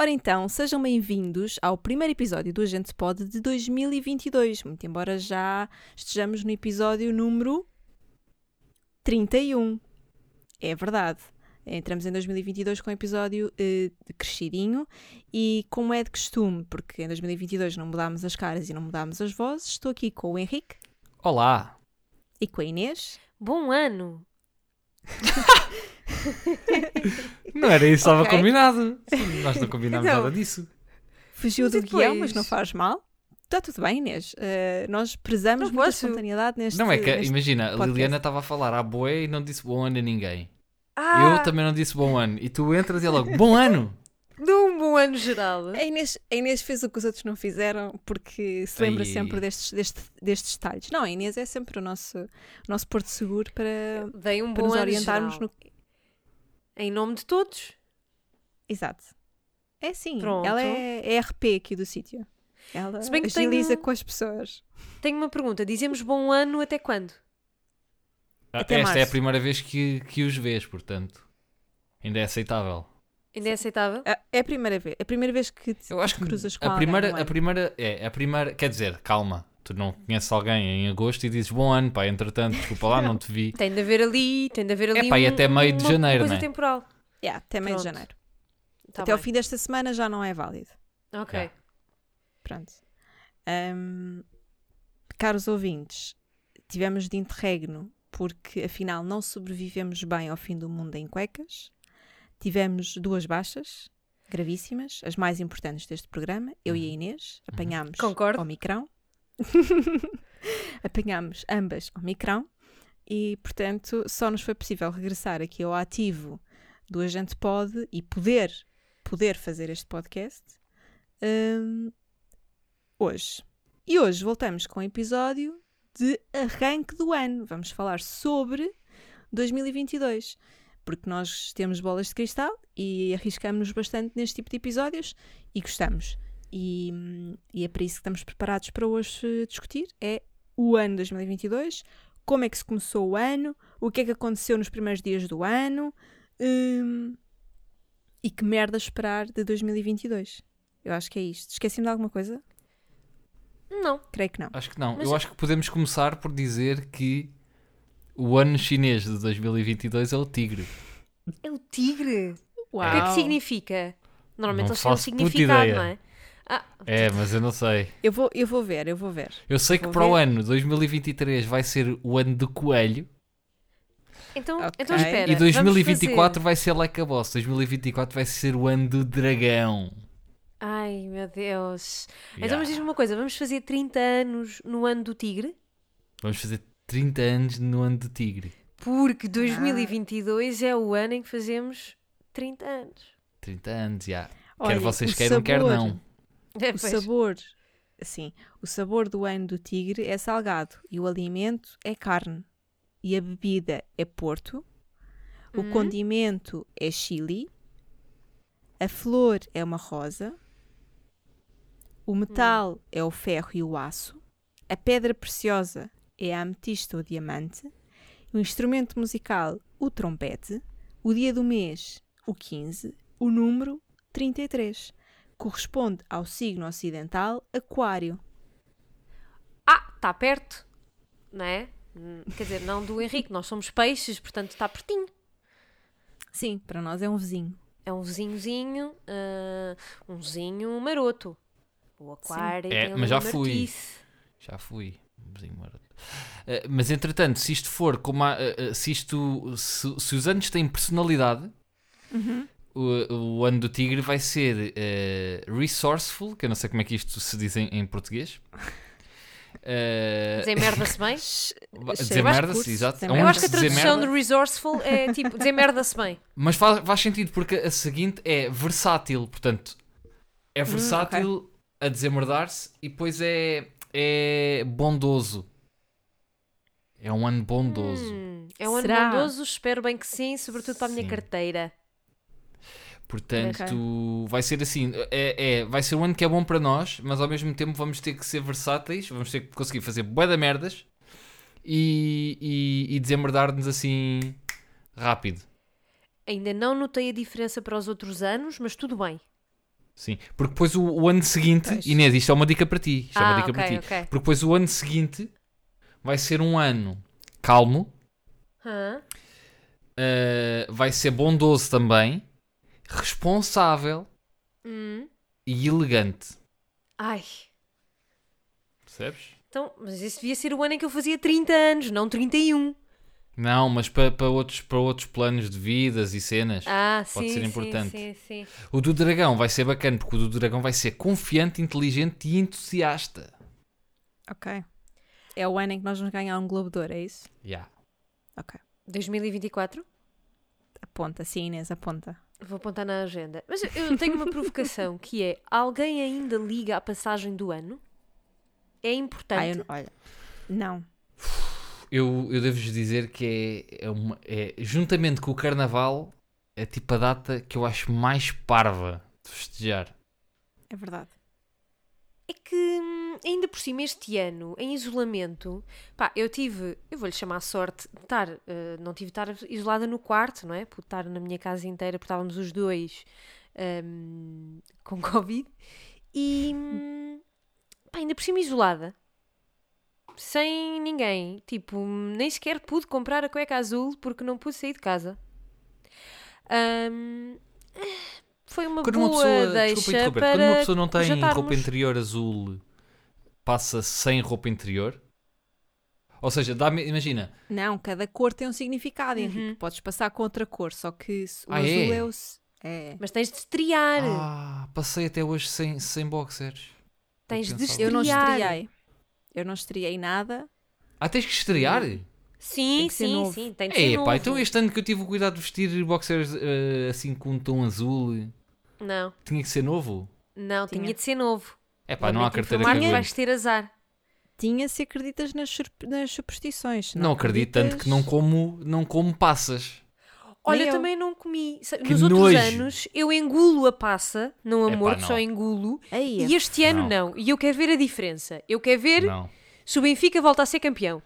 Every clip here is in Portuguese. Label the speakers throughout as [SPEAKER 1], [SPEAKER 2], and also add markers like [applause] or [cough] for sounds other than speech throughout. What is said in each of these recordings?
[SPEAKER 1] Ora então, sejam bem-vindos ao primeiro episódio do Agente Pod de 2022, muito embora já estejamos no episódio número 31. É verdade. Entramos em 2022 com um episódio eh, de crescidinho e, como é de costume, porque em 2022 não mudámos as caras e não mudámos as vozes, estou aqui com o Henrique
[SPEAKER 2] Olá!
[SPEAKER 1] e com a Inês.
[SPEAKER 3] Bom ano!
[SPEAKER 2] Não era isso que estava
[SPEAKER 1] Ok.
[SPEAKER 2] combinado. Nós não combinámos
[SPEAKER 1] Então-
[SPEAKER 2] nada disso.
[SPEAKER 1] Fugiu
[SPEAKER 3] Mas
[SPEAKER 1] do
[SPEAKER 3] e
[SPEAKER 1] guião, mas
[SPEAKER 3] depois?
[SPEAKER 1] não faz mal. Está tudo bem, Inês. Eh, nós prezamos
[SPEAKER 3] Não
[SPEAKER 1] muita
[SPEAKER 3] posso.
[SPEAKER 1] espontaneidade neste
[SPEAKER 2] não é que,
[SPEAKER 1] neste-
[SPEAKER 2] imagina, a
[SPEAKER 1] podcast.
[SPEAKER 2] Liliana estava a falar à boia e não disse bom ano a ninguém.
[SPEAKER 3] Ah,
[SPEAKER 2] Eu também não disse bom ano. E tu entras e é logo, bom [laughs] ano!
[SPEAKER 3] dou um bom ano geral.
[SPEAKER 1] A Inês, a Inês fez o que os outros não fizeram porque se lembra
[SPEAKER 2] Ai.
[SPEAKER 1] sempre destes, deste- destes detalhes. Não, a Inês é sempre o nosso, o nosso porto seguro para,
[SPEAKER 3] Dei um
[SPEAKER 1] para
[SPEAKER 3] bom
[SPEAKER 1] nos
[SPEAKER 3] ano
[SPEAKER 1] orientarmos
[SPEAKER 3] geral.
[SPEAKER 1] no.
[SPEAKER 3] Em nome de todos.
[SPEAKER 1] Exato. É sim,
[SPEAKER 3] Pronto.
[SPEAKER 1] ela é, é RP aqui do sítio. Ela
[SPEAKER 3] Se bem que
[SPEAKER 1] agiliza
[SPEAKER 3] tenho-
[SPEAKER 1] com as pessoas.
[SPEAKER 3] Tenho uma pergunta. Dizemos bom ano até quando?
[SPEAKER 1] Até
[SPEAKER 2] Esta é a
[SPEAKER 1] março.
[SPEAKER 2] primeira vez que, que os vês, portanto. Ainda é aceitável.
[SPEAKER 3] Ainda é aceitável?
[SPEAKER 1] É- É a primeira vez. É a primeira vez que te
[SPEAKER 2] Eu acho que
[SPEAKER 1] cruzas com
[SPEAKER 2] a
[SPEAKER 1] alguém,
[SPEAKER 2] primeira,
[SPEAKER 1] não é?
[SPEAKER 2] a primeira, é, a primeira, quer dizer, calma, tu não conheces alguém em agosto e dizes bom ano, pá, entretanto, desculpa lá, não te
[SPEAKER 1] [laughs]
[SPEAKER 2] vi.
[SPEAKER 3] Tem de haver ali, tem de haver ali.
[SPEAKER 2] Epá, e
[SPEAKER 3] um-
[SPEAKER 2] até meio de
[SPEAKER 3] uma
[SPEAKER 2] janeiro,
[SPEAKER 3] coisa
[SPEAKER 2] né?
[SPEAKER 3] temporal.
[SPEAKER 1] Yeah, até meio de
[SPEAKER 3] Pronto.
[SPEAKER 1] janeiro.
[SPEAKER 3] Tá
[SPEAKER 1] até ao
[SPEAKER 3] bem.
[SPEAKER 1] fim desta semana já não é válido.
[SPEAKER 3] Ok.
[SPEAKER 2] Yeah.
[SPEAKER 1] Pronto. Ahm, caros ouvintes, tivemos de interregno porque afinal não sobrevivemos bem ao fim do mundo em cuecas. Tivemos duas baixas gravíssimas, as mais importantes deste programa, eu e a Inês. Apanhámos
[SPEAKER 3] Concordo.
[SPEAKER 1] Omicron. [laughs] apanhámos ambas Omicron e, portanto, só nos foi possível regressar aqui ao ativo do Agente Pode e poder, poder fazer este podcast hum, hoje. E hoje voltamos com um episódio de arranque do ano. Vamos falar sobre 2022, porque nós temos bolas de cristal e arriscamos-nos bastante neste tipo de episódios e gostamos. E, hum, e é para isso que estamos preparados para hoje eh, discutir. É o ano 2022, como é que se começou o ano, o que é que aconteceu nos primeiros dias do ano hum, e que merda esperar de 2022. Eu acho que é isto. Esqueci-me de alguma coisa?
[SPEAKER 3] Não.
[SPEAKER 1] Creio que não.
[SPEAKER 2] Acho que não.
[SPEAKER 3] Mas-
[SPEAKER 1] é
[SPEAKER 2] Eu acho que podemos começar por dizer que o ano chinês de 2022 é o tigre.
[SPEAKER 3] É o tigre. O que é que
[SPEAKER 1] Uau.
[SPEAKER 3] significa? Normalmente
[SPEAKER 2] Não
[SPEAKER 3] eles têm um
[SPEAKER 2] faço puta
[SPEAKER 3] significado,
[SPEAKER 2] ideia.
[SPEAKER 3] não é? Ah,
[SPEAKER 2] É, mas eu não sei.
[SPEAKER 1] Eu vou, eu vou ver, eu vou ver.
[SPEAKER 2] Eu sei que
[SPEAKER 1] Vou
[SPEAKER 2] para o
[SPEAKER 1] ver.
[SPEAKER 2] ano 2023 vai ser o ano do coelho
[SPEAKER 3] então,
[SPEAKER 1] Ok.
[SPEAKER 3] então espera.
[SPEAKER 2] e
[SPEAKER 3] vamos
[SPEAKER 2] 2024 vai ser like a boss. 2024 vai ser o ano do dragão.
[SPEAKER 3] fazer- Ai, meu Deus. Então,
[SPEAKER 2] Yeah.
[SPEAKER 3] mas diz-me uma coisa. Vamos fazer 30 anos no ano do tigre?
[SPEAKER 2] Vamos fazer 30 anos no ano do tigre.
[SPEAKER 3] Porque
[SPEAKER 1] Ah.
[SPEAKER 3] 2022 é o ano em que fazemos 30 anos.
[SPEAKER 2] 30 anos, já.
[SPEAKER 1] Olha,
[SPEAKER 2] quer vocês
[SPEAKER 1] o
[SPEAKER 2] queiram, quer
[SPEAKER 1] sabor- [laughs]
[SPEAKER 2] não.
[SPEAKER 3] É,
[SPEAKER 1] O
[SPEAKER 3] pois.
[SPEAKER 1] sabor, assim, o sabor do ano do tigre é salgado e o alimento é carne. E a bebida é porto. O
[SPEAKER 2] Uhum.
[SPEAKER 3] Hum.
[SPEAKER 1] condimento é chili. A flor é uma rosa. O metal
[SPEAKER 2] Hum.
[SPEAKER 1] é o ferro e o aço. A pedra preciosa é a ametista ou diamante. O instrumento musical, o trompete. O dia do mês, o 15. O número, 33. Corresponde ao signo ocidental Aquário.
[SPEAKER 3] Ah, está perto, não é? Hum, Quer dizer, não do Henrique, nós somos peixes, portanto está pertinho.
[SPEAKER 1] Sim, para nós é um vizinho.
[SPEAKER 3] É um vizinhozinho, ah, um vizinho maroto. O aquário.
[SPEAKER 2] Sim. É,
[SPEAKER 3] tem
[SPEAKER 2] mas
[SPEAKER 3] ali
[SPEAKER 2] já
[SPEAKER 3] uma
[SPEAKER 2] fui.
[SPEAKER 3] martice.
[SPEAKER 2] Já fui. Um vizinho maroto. Eh, mas entretanto, se isto for como a- eh, eh, se isto se, se os anos têm personalidade, o, o ano do tigre vai ser eh, resourceful, que eu não sei como é que isto se diz em, em português. Eh,
[SPEAKER 3] é- Desemmerda-se bem.
[SPEAKER 2] va-
[SPEAKER 1] sei.
[SPEAKER 2] Desemmerda-se,
[SPEAKER 1] Curso,
[SPEAKER 2] exato. [laughs] É um
[SPEAKER 1] desemmerda-se.
[SPEAKER 3] Eu
[SPEAKER 2] curso
[SPEAKER 3] acho que a
[SPEAKER 2] de
[SPEAKER 3] tradução
[SPEAKER 2] desemmerda.
[SPEAKER 3] de resourceful é tipo desemmerda-se bem.
[SPEAKER 2] Mas faz, faz sentido porque a seguinte é versátil, portanto, é versátil a desemerdar-se e depois é, é bondoso. É um ano bondoso.
[SPEAKER 3] Hum, é um ano
[SPEAKER 1] Será?
[SPEAKER 3] bondoso, espero bem que sim, sobretudo para a minha
[SPEAKER 2] Sim.
[SPEAKER 3] carteira.
[SPEAKER 2] Portanto, vai ser assim, é, é- vai ser um ano que é bom para nós, mas ao mesmo tempo vamos ter que ser versáteis, vamos ter que conseguir fazer bué da merdas e, e, e desemmerdar-nos assim rápido.
[SPEAKER 3] Ainda não notei a diferença para os outros anos, mas tudo bem.
[SPEAKER 2] Sim, porque depois o, o ano seguinte,
[SPEAKER 1] Pois.
[SPEAKER 2] Inês, isto é uma dica para ti. Isto é uma
[SPEAKER 3] Ah,
[SPEAKER 2] dica
[SPEAKER 3] ok,
[SPEAKER 2] para ti.
[SPEAKER 3] ok.
[SPEAKER 2] Porque depois o ano seguinte vai ser um ano calmo,
[SPEAKER 3] Hã?
[SPEAKER 2] eh, vai ser bondoso também, responsável
[SPEAKER 3] Hum.
[SPEAKER 2] e elegante.
[SPEAKER 3] Ai.
[SPEAKER 2] Percebes?
[SPEAKER 3] Então, mas esse devia ser o ano em que eu fazia 30 anos, não 31.
[SPEAKER 2] Não, mas para para outros, para outros planos de vidas e cenas.
[SPEAKER 3] Ah,
[SPEAKER 2] Pode
[SPEAKER 3] sim,
[SPEAKER 2] ser
[SPEAKER 3] sim,
[SPEAKER 2] importante.
[SPEAKER 3] Sim, sim,
[SPEAKER 2] O do dragão vai ser bacana, porque o do dragão vai ser confiante, inteligente e entusiasta.
[SPEAKER 1] Ok. É o ano em que nós vamos ganhar um Globo de Ouro, é isso?
[SPEAKER 2] Yeah.
[SPEAKER 1] Ok.
[SPEAKER 3] 2024?
[SPEAKER 1] Aponta, sim, Inês, aponta.
[SPEAKER 3] Vou apontar na agenda. Mas eu tenho
[SPEAKER 1] [laughs]
[SPEAKER 3] uma provocação que é: alguém ainda liga à passagem do ano? É importante.
[SPEAKER 1] Ah, eu, não- olha. Não.
[SPEAKER 2] Eu, eu devo-vos dizer que é, é, uma- é, juntamente com o carnaval, é tipo a data que eu acho mais parva de festejar.
[SPEAKER 1] É verdade.
[SPEAKER 3] É que hum, ainda por cima este ano, em isolamento, pá, eu tive, eu vou-lhe chamar a sorte de estar, eh, não tive de estar isolada no quarto, não é? Por estar na minha casa inteira, porque estávamos os dois hum, com [laughs] Covid. E hum, pá, ainda por cima isolada. Sem ninguém. Tipo, nem sequer pude comprar a cueca azul porque não pude sair de casa. Hum, foi uma
[SPEAKER 2] Quando
[SPEAKER 3] boa
[SPEAKER 2] uma pessoa, desculpa
[SPEAKER 3] deixa
[SPEAKER 2] interromper,
[SPEAKER 3] para
[SPEAKER 2] quando uma pessoa não tem roupa
[SPEAKER 3] jantarmos.
[SPEAKER 2] interior azul, passa sem roupa interior. Ou seja, dá imagina,
[SPEAKER 1] Não, cada cor tem um significado, Henrique. Podes passar com outra cor, só que se- o
[SPEAKER 2] Ah,
[SPEAKER 1] azul
[SPEAKER 2] é?
[SPEAKER 1] é, o. s- É.
[SPEAKER 3] Mas tens de estrear.
[SPEAKER 2] ah, passei até hoje sem, sem boxers.
[SPEAKER 3] Tens de
[SPEAKER 2] pensava-
[SPEAKER 1] Eu não
[SPEAKER 3] Estrear.
[SPEAKER 1] estreiei. Eu não estreiei nada.
[SPEAKER 2] Ah, tens que estrear?
[SPEAKER 3] Sim,
[SPEAKER 1] Tem que ser
[SPEAKER 3] sim,
[SPEAKER 1] novo.
[SPEAKER 3] sim. Tem de ser
[SPEAKER 2] É,
[SPEAKER 3] novo.
[SPEAKER 2] pá, então este ano que eu tive o cuidado de vestir boxers eh, assim com um tom azul,
[SPEAKER 3] Não,
[SPEAKER 2] tinha que ser novo?
[SPEAKER 3] não, tinha,
[SPEAKER 1] Tinha.
[SPEAKER 3] de ser novo.
[SPEAKER 2] É pá, não há
[SPEAKER 3] Lamento
[SPEAKER 2] carteira que
[SPEAKER 3] informar-te,
[SPEAKER 2] aguente.
[SPEAKER 3] vais ter azar.
[SPEAKER 1] Tinha se acreditas nas, sur- nas superstições.
[SPEAKER 2] Não acredito tanto que não
[SPEAKER 1] acreditas-
[SPEAKER 2] como, não como passas.
[SPEAKER 3] Olha, eu
[SPEAKER 1] eu.
[SPEAKER 3] também não comi. Sa-
[SPEAKER 2] Que
[SPEAKER 3] Nos outros
[SPEAKER 2] nojo.
[SPEAKER 3] anos eu engulo a passa, não a
[SPEAKER 2] Epá,
[SPEAKER 3] morto,
[SPEAKER 2] não.
[SPEAKER 3] só engulo.
[SPEAKER 1] Eia.
[SPEAKER 3] E este ano não. E eu quero ver a diferença. Eu quero ver
[SPEAKER 2] Não.
[SPEAKER 3] se o Benfica volta a ser campeão.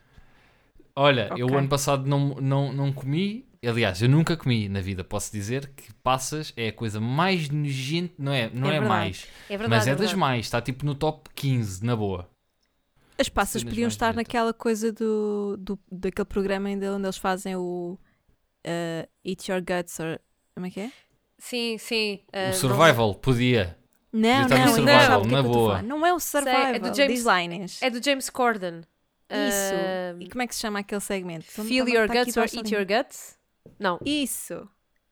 [SPEAKER 2] Olha, eu
[SPEAKER 1] Ok.
[SPEAKER 2] ano passado não, não, não comi. Aliás, eu nunca comi na vida. Posso dizer que passas é a coisa mais nojenta. Não é, não
[SPEAKER 1] É
[SPEAKER 2] é,
[SPEAKER 1] verdade.
[SPEAKER 2] mais.
[SPEAKER 3] É verdade.
[SPEAKER 2] mas é
[SPEAKER 3] é
[SPEAKER 2] das
[SPEAKER 3] verdade.
[SPEAKER 2] mais. Está tipo no top 15, na boa.
[SPEAKER 1] As passas
[SPEAKER 2] Cenas
[SPEAKER 1] podiam
[SPEAKER 2] mais
[SPEAKER 1] estar
[SPEAKER 2] bonitas.
[SPEAKER 1] naquela coisa do, do, daquele programa ainda onde eles fazem o uh, Eat Your Guts or. Como é que é?
[SPEAKER 3] Sim, sim. ah,
[SPEAKER 2] o
[SPEAKER 3] não-
[SPEAKER 2] Survival podia.
[SPEAKER 1] Não,
[SPEAKER 2] estar
[SPEAKER 3] no
[SPEAKER 1] não, ainda
[SPEAKER 3] Survival,
[SPEAKER 1] sabe do que
[SPEAKER 2] na
[SPEAKER 1] é que eu estou a
[SPEAKER 2] boa.
[SPEAKER 1] falar. Não é o Survival,
[SPEAKER 3] é do James-
[SPEAKER 1] diz lá, Inês.
[SPEAKER 3] É do James Corden.
[SPEAKER 1] Isso.
[SPEAKER 3] Ah,
[SPEAKER 1] E como é que se chama aquele segmento? Não
[SPEAKER 3] Feel
[SPEAKER 1] tá-
[SPEAKER 3] your
[SPEAKER 1] tá aqui
[SPEAKER 3] guts or
[SPEAKER 1] debaixo da
[SPEAKER 3] eat
[SPEAKER 1] língua.
[SPEAKER 3] your guts? Não.
[SPEAKER 1] Isso.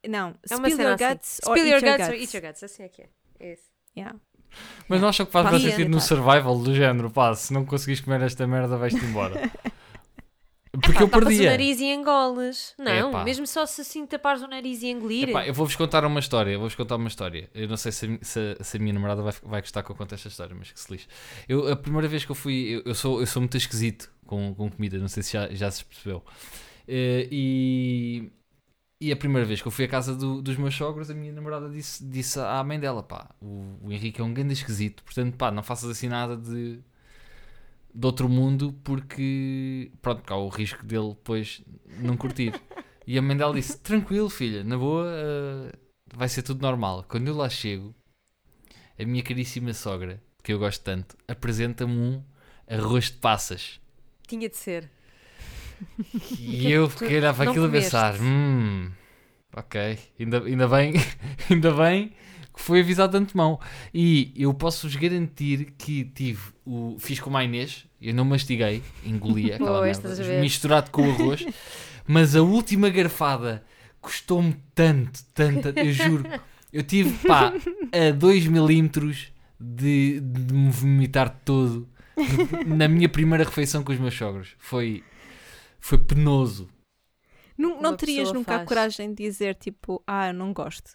[SPEAKER 1] Não,
[SPEAKER 3] É uma
[SPEAKER 1] Spill
[SPEAKER 3] cena
[SPEAKER 1] your
[SPEAKER 3] assim.
[SPEAKER 1] guts or
[SPEAKER 3] Spill your
[SPEAKER 1] eat your
[SPEAKER 3] guts or
[SPEAKER 1] guts.
[SPEAKER 3] eat your guts. Assim é que é. É esse.
[SPEAKER 1] Yeah.
[SPEAKER 2] Mas não acho que faz mais
[SPEAKER 1] Podia.
[SPEAKER 2] sentido no survival do género. Pá, se não conseguis comer esta merda, vais-te embora. Porque
[SPEAKER 3] Pá, tá
[SPEAKER 2] eu
[SPEAKER 3] tapas o
[SPEAKER 2] perdia.
[SPEAKER 3] nariz e engoles. Não,
[SPEAKER 2] Epá.
[SPEAKER 3] mesmo só se assim tapares o nariz e engolir.
[SPEAKER 2] Epá, eu vou-vos contar uma história, eu vou-vos contar uma história. Eu não sei se a, mi- se a- se a minha namorada vai, vai gostar que eu conte esta história, mas que se lixe. Eu, a primeira vez que eu fui, eu, eu sou, eu sou muito esquisito com, com comida, não sei se já, já se percebeu. Eh, e, e a primeira vez que eu fui à casa do- dos meus sogros, a minha namorada disse, disse à mãe dela, pá, o, o Henrique é um grande esquisito, portanto, pá, não faças assim nada de... De outro mundo, porque pronto, porque há o risco dele depois não curtir. E a mãe dela disse: Tranquilo, filha, na boa, eh, vai ser tudo normal. Quando eu lá chego, a minha caríssima sogra, que eu gosto tanto, apresenta-me um arroz de passas.
[SPEAKER 3] Tinha de ser.
[SPEAKER 2] E eu fiquei a olhar para
[SPEAKER 3] não
[SPEAKER 2] aquilo a
[SPEAKER 3] comeste.
[SPEAKER 2] pensar: Hum, ok, ainda, ainda bem, [laughs] ainda bem que foi avisado de antemão. E eu posso-vos garantir que tive o. Fiz com a Inês, eu não mastiguei, engoli aquela
[SPEAKER 3] Pois,
[SPEAKER 2] merda,
[SPEAKER 3] estás a ver.
[SPEAKER 2] misturado com o
[SPEAKER 3] [laughs]
[SPEAKER 2] arroz, mas a última garfada custou-me tanto, tanto, eu juro. Eu tive, pá, a 2 milímetros de, de me vomitar todo no- na minha primeira refeição com os meus sogros. Foi, foi penoso.
[SPEAKER 1] Nun- Não,
[SPEAKER 3] Uma
[SPEAKER 1] terias
[SPEAKER 3] pessoa
[SPEAKER 1] nunca
[SPEAKER 3] faz.
[SPEAKER 1] a coragem de dizer tipo, ah, eu não gosto.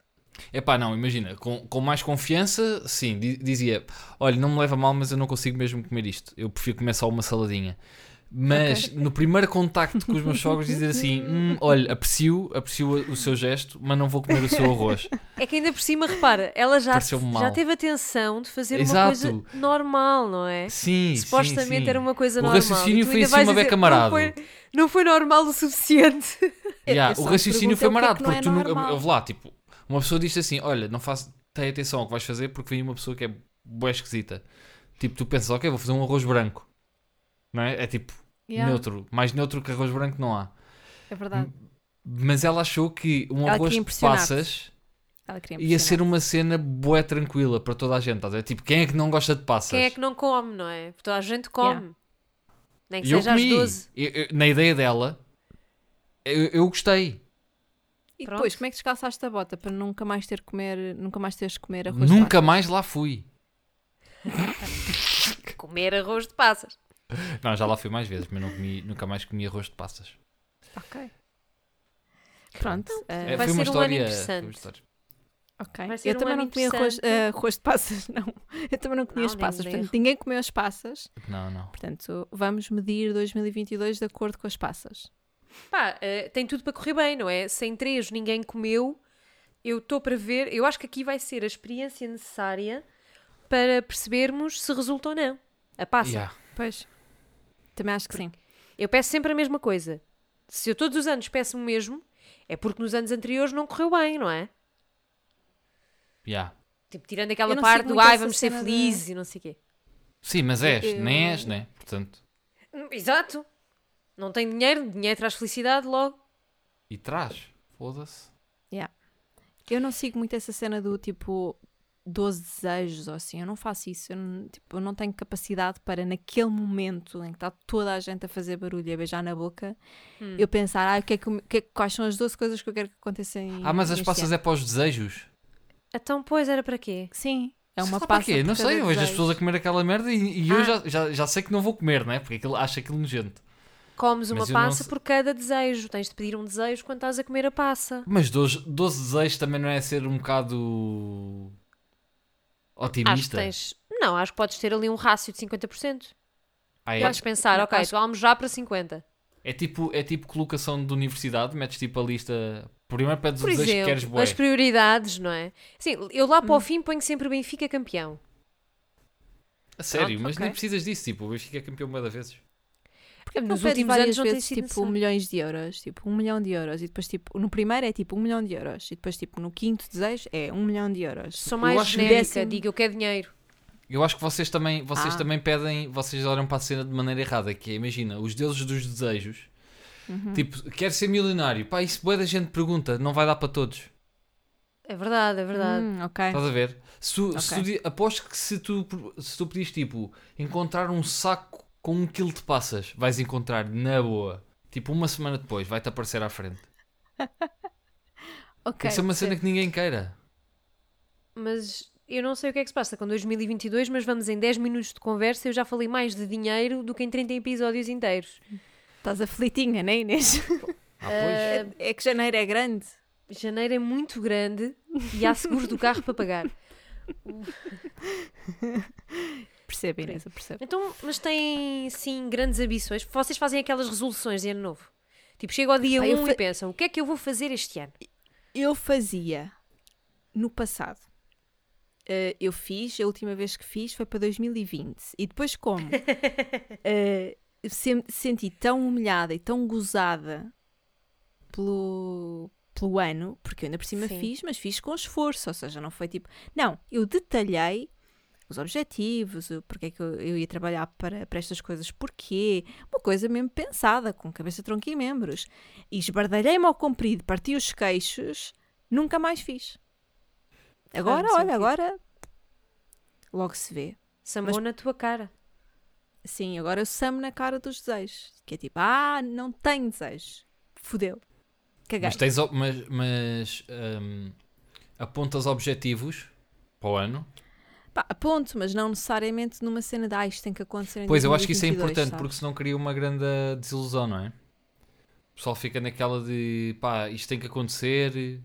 [SPEAKER 2] É pá, não, imagina, com, com mais confiança, sim, di- dizia: Olha, não me leva a mal, mas eu não consigo mesmo comer isto. Eu prefiro comer só uma saladinha. Mas no primeiro contacto com os meus sogros, dizer
[SPEAKER 3] [laughs]
[SPEAKER 2] assim: hum, Olha, aprecio, aprecio o seu gesto, mas não vou comer o seu
[SPEAKER 3] [laughs]
[SPEAKER 2] arroz.
[SPEAKER 3] É que ainda por cima, repara, ela já,
[SPEAKER 2] Pareceu-me mal.
[SPEAKER 3] já teve atenção de fazer
[SPEAKER 2] Exato.
[SPEAKER 3] uma coisa normal, não é?
[SPEAKER 2] Sim, sim,
[SPEAKER 3] Supostamente
[SPEAKER 2] sim.
[SPEAKER 3] era uma coisa
[SPEAKER 2] O
[SPEAKER 3] normal.
[SPEAKER 2] raciocínio
[SPEAKER 3] E tu
[SPEAKER 2] foi
[SPEAKER 3] ainda
[SPEAKER 2] em
[SPEAKER 3] vais
[SPEAKER 2] cima bem
[SPEAKER 3] dizer,
[SPEAKER 2] camarado."
[SPEAKER 3] Não foi, não foi normal
[SPEAKER 2] [laughs]
[SPEAKER 3] o suficiente.
[SPEAKER 2] Yeah,
[SPEAKER 1] Eu só
[SPEAKER 2] o
[SPEAKER 1] me pergunto
[SPEAKER 2] raciocínio foi
[SPEAKER 1] é o que é
[SPEAKER 2] marado,
[SPEAKER 1] que não
[SPEAKER 2] porque
[SPEAKER 1] é
[SPEAKER 2] tu nunca.
[SPEAKER 1] normal.
[SPEAKER 2] Houve lá, tipo, uma pessoa diz assim: Olha, não faço. tem atenção ao que vais fazer porque vem uma pessoa que é boa esquisita. Tipo, tu pensas, ok, vou fazer um arroz branco. Não é? É tipo,
[SPEAKER 1] Yeah,
[SPEAKER 2] neutro. Mais neutro que arroz branco não há.
[SPEAKER 1] É verdade.
[SPEAKER 2] Mas ela achou que um
[SPEAKER 1] Ela
[SPEAKER 2] arroz
[SPEAKER 1] queria
[SPEAKER 2] de
[SPEAKER 1] impressionar-te.
[SPEAKER 2] passas
[SPEAKER 1] Ela queria
[SPEAKER 2] ia ser
[SPEAKER 1] impressionar.
[SPEAKER 2] uma cena boé tranquila para toda a gente. Estás a ver? Tipo, quem é que não gosta de passas?
[SPEAKER 3] Quem é que não come, não é? Porque toda a gente come.
[SPEAKER 1] Yeah. é
[SPEAKER 3] Nem que
[SPEAKER 2] E eu
[SPEAKER 3] seja
[SPEAKER 2] comi.
[SPEAKER 3] às 12.
[SPEAKER 2] Eu- eu- na ideia dela, eu, eu gostei. um
[SPEAKER 1] E
[SPEAKER 3] Pronto.
[SPEAKER 1] depois, como é que descalçaste a bota para nunca mais ter que comer, nunca mais teres que comer arroz? de
[SPEAKER 2] Nunca mais lá fui.
[SPEAKER 3] Comer arroz de passas.
[SPEAKER 2] Não, já lá fui mais vezes, mas não comi- nunca mais comi arroz de passas.
[SPEAKER 1] pato? Ok. Pronto. ah,
[SPEAKER 2] É,
[SPEAKER 3] Vai
[SPEAKER 2] foi uma
[SPEAKER 3] ser um ano
[SPEAKER 2] história-
[SPEAKER 3] interessante.
[SPEAKER 2] foi uma história.
[SPEAKER 1] Ok.
[SPEAKER 3] Vai ser
[SPEAKER 1] Eu
[SPEAKER 3] um
[SPEAKER 1] também
[SPEAKER 3] ano
[SPEAKER 1] não comi arroz,
[SPEAKER 3] interessante. Ah,
[SPEAKER 1] ah, arroz de passas, [laughs] não. Eu também não comi
[SPEAKER 3] Não,
[SPEAKER 1] as
[SPEAKER 3] nem
[SPEAKER 1] passas.
[SPEAKER 3] nem
[SPEAKER 1] Portanto,
[SPEAKER 3] erro.
[SPEAKER 1] ninguém comeu as passas.
[SPEAKER 2] Não, não.
[SPEAKER 1] Portanto, vamos medir 2022 de acordo com as passas.
[SPEAKER 3] Pá, eh, tem tudo para correr bem, não é? Sem três, ninguém comeu. Eu estou para ver. Eu acho que aqui vai ser a experiência necessária para percebermos se resulta ou não. A passa.
[SPEAKER 2] Yeah.
[SPEAKER 1] Pois. Também acho que sim.
[SPEAKER 3] Eu peço sempre a mesma coisa. Se eu todos os anos peço o mesmo, é porque nos anos anteriores não correu bem, não é?
[SPEAKER 2] Yeah.
[SPEAKER 3] Tipo, tirando aquela
[SPEAKER 1] não
[SPEAKER 3] parte
[SPEAKER 1] sigo
[SPEAKER 3] do
[SPEAKER 1] muito
[SPEAKER 3] ai,
[SPEAKER 1] essa
[SPEAKER 3] vamos ser
[SPEAKER 1] cena de-
[SPEAKER 3] felizes e não sei o quê.
[SPEAKER 2] Sim, mas és,
[SPEAKER 1] Eu-
[SPEAKER 2] nem és, né? Portanto,
[SPEAKER 3] Hum, Exato. Não tem dinheiro, dinheiro traz felicidade logo.
[SPEAKER 2] e traz. Foda-se.
[SPEAKER 1] Eu não sigo muito essa cena do tipo 12 desejos ou assim, eu não faço isso, eu não, tipo, eu não tenho capacidade para naquele momento em que está toda a gente a fazer barulho e a beijar na boca, eu pensar, ah, o que é que, eu- o que é que- quais são as 12 coisas que eu quero que aconteçam
[SPEAKER 2] Ah, mas as passas é para os desejos.
[SPEAKER 3] Então, pois, era para quê?
[SPEAKER 1] Sim, é
[SPEAKER 2] Sei
[SPEAKER 1] uma
[SPEAKER 2] lá
[SPEAKER 1] passa
[SPEAKER 2] para quê?
[SPEAKER 1] por
[SPEAKER 2] Não
[SPEAKER 1] cada
[SPEAKER 2] sei, eu vejo as
[SPEAKER 1] desejo.
[SPEAKER 2] pessoas a comer aquela merda e, e eu
[SPEAKER 3] Ah.
[SPEAKER 2] já, já, já sei que não vou comer, né? Porque aquilo, acho aquilo nojento.
[SPEAKER 3] Comes uma
[SPEAKER 2] Mas eu não
[SPEAKER 3] passa
[SPEAKER 2] sei-
[SPEAKER 3] por cada desejo. Tens de pedir um desejo quando estás a comer a passa.
[SPEAKER 2] Mas 12, 12 desejos também não é ser um bocado.
[SPEAKER 3] Acho que
[SPEAKER 2] otimista.
[SPEAKER 3] tens. Não, acho que podes ter ali um rácio de 50%.
[SPEAKER 2] Ah, é?
[SPEAKER 3] Podes pensar,
[SPEAKER 1] Não,
[SPEAKER 3] ok,
[SPEAKER 1] acho-
[SPEAKER 3] estou a almojar para 50%.
[SPEAKER 2] É tipo, é tipo colocação de universidade, metes tipo a lista. Primeiro pedes
[SPEAKER 3] Por
[SPEAKER 2] os desejos que queres
[SPEAKER 3] exemplo,
[SPEAKER 2] bué.
[SPEAKER 3] as prioridades, não é? Sim, eu lá para o fim ponho sempre o Benfica campeão.
[SPEAKER 2] A sério,
[SPEAKER 1] Pronto,
[SPEAKER 2] mas
[SPEAKER 1] ok.
[SPEAKER 2] nem precisas disso, tipo, o Benfica é campeão bué da vezes.
[SPEAKER 1] Porque
[SPEAKER 3] nos
[SPEAKER 1] não pedes
[SPEAKER 3] últimos
[SPEAKER 1] várias
[SPEAKER 3] anos não tem
[SPEAKER 1] vezes,
[SPEAKER 3] sido assim.
[SPEAKER 1] tipo
[SPEAKER 3] necessário.
[SPEAKER 1] milhões de euros, tipo um milhão de euros, e depois tipo, no primeiro é tipo um milhão de euros, e depois tipo no quinto desejo é um milhão de euros.
[SPEAKER 3] Sou mais
[SPEAKER 2] acho que
[SPEAKER 3] genérica,
[SPEAKER 1] décimo-
[SPEAKER 3] digo eu quero dinheiro.
[SPEAKER 2] Eu acho que vocês também, vocês
[SPEAKER 1] Ah.
[SPEAKER 2] também pedem, vocês olham para a cena de maneira errada, que é, imagina, os deuses dos desejos.
[SPEAKER 1] Uhum.
[SPEAKER 2] Tipo, quer ser milionário. Pá, isso bué da gente pergunta, não vai dar para todos.
[SPEAKER 3] É verdade, é verdade.
[SPEAKER 1] Hum, ok.
[SPEAKER 2] Estás a ver? Se tu, se
[SPEAKER 1] Ok.
[SPEAKER 2] tu di- aposto que se tu, se tu pedires, tipo, encontrar um saco com um quilo de passas, vais encontrar na boa. Tipo, uma semana depois, vai-te aparecer à frente.
[SPEAKER 1] Ok,
[SPEAKER 2] Tem que ser é uma cena
[SPEAKER 1] percebo.
[SPEAKER 2] que ninguém queira.
[SPEAKER 3] Mas eu não sei o que é que se passa com 2022, mas vamos em 10 minutos de conversa. Eu já falei mais de dinheiro do que em 30 episódios inteiros.
[SPEAKER 1] Estás aflitinha, não é Inês?
[SPEAKER 2] Ah, pois.
[SPEAKER 1] É que janeiro é grande.
[SPEAKER 3] Janeiro é muito grande e há seguros do carro para pagar.
[SPEAKER 1] Percebo, Inês, eu percebo.
[SPEAKER 3] Então, mas têm, sim, grandes ambições. Vocês fazem aquelas resoluções de ano novo. Tipo, chega ao dia
[SPEAKER 1] Pá,
[SPEAKER 3] 1
[SPEAKER 1] eu
[SPEAKER 3] um
[SPEAKER 1] fa-
[SPEAKER 3] e pensam, o que é que eu vou fazer este ano?
[SPEAKER 1] Eu fazia no passado. Eh, eu fiz, a última vez que fiz foi para 2020. E depois, como eh, sem- senti tão humilhada e tão gozada pelo, pelo ano, porque eu ainda por cima
[SPEAKER 3] Sim.
[SPEAKER 1] fiz, mas fiz com esforço. Ou seja, não foi tipo. Não, eu detalhei os objetivos, o porque é que eu, eu ia trabalhar para, para estas coisas, porquê. Uma coisa mesmo pensada, com cabeça, tronco e membros. E esbardalhei-me ao comprido, parti os queixos, nunca mais fiz. Agora,
[SPEAKER 3] Ah, sim,
[SPEAKER 1] olha,
[SPEAKER 3] sim.
[SPEAKER 1] agora logo se vê.
[SPEAKER 3] Sambou na tua cara.
[SPEAKER 1] Sim, agora eu samo na cara dos desejos. Que é tipo, ah, não tenho desejos. Fudeu. Caguei.
[SPEAKER 2] Mas tens, o- mas, mas hum, apontas objetivos para o ano.
[SPEAKER 1] Pá, aponto, mas não necessariamente numa cena de, ah, isto tem que acontecer em
[SPEAKER 2] Pois eu acho que isso é
[SPEAKER 1] 2022",
[SPEAKER 2] importante
[SPEAKER 1] sabes?
[SPEAKER 2] porque senão cria uma grande desilusão, não é? O pessoal fica naquela de pá, isto tem que acontecer.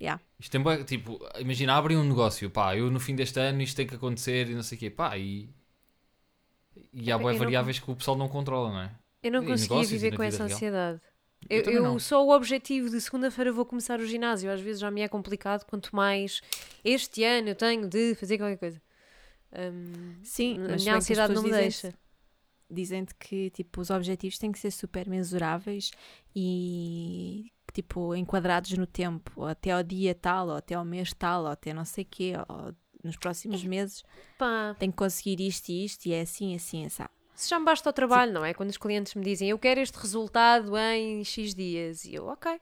[SPEAKER 1] Yeah.
[SPEAKER 2] Isto tem bué- tipo, imagina, abrem um negócio, pá, eu no fim deste ano isto tem que acontecer e não sei o quê, pá, e, e há
[SPEAKER 3] Epá,
[SPEAKER 2] boé
[SPEAKER 3] eu não-
[SPEAKER 2] variáveis que o pessoal não controla, não é?
[SPEAKER 3] Eu não
[SPEAKER 2] E
[SPEAKER 3] conseguia
[SPEAKER 2] negócios e
[SPEAKER 3] viver
[SPEAKER 2] na
[SPEAKER 3] com
[SPEAKER 2] vida
[SPEAKER 3] essa
[SPEAKER 2] real.
[SPEAKER 3] ansiedade.
[SPEAKER 2] Eu
[SPEAKER 3] Eu,
[SPEAKER 2] também
[SPEAKER 3] eu
[SPEAKER 2] não.
[SPEAKER 3] só o objetivo de segunda-feira vou começar o ginásio. Às vezes já me é complicado, quanto mais este ano eu tenho de fazer qualquer coisa. Hum,
[SPEAKER 1] Sim,
[SPEAKER 3] a
[SPEAKER 1] mas é
[SPEAKER 3] minha ansiedade não me deixa.
[SPEAKER 1] Dizendo que tipo, os objetivos têm que ser super mensuráveis e tipo, enquadrados no tempo, ou até ao dia tal, ou até ao mês tal, ou até não sei quê, ou nos próximos meses
[SPEAKER 3] Pá,
[SPEAKER 1] tenho que conseguir isto e isto, e é assim, assim, assim.
[SPEAKER 3] se já me basta o trabalho, não é? Quando os clientes me dizem eu quero este resultado em X dias, e eu, ok.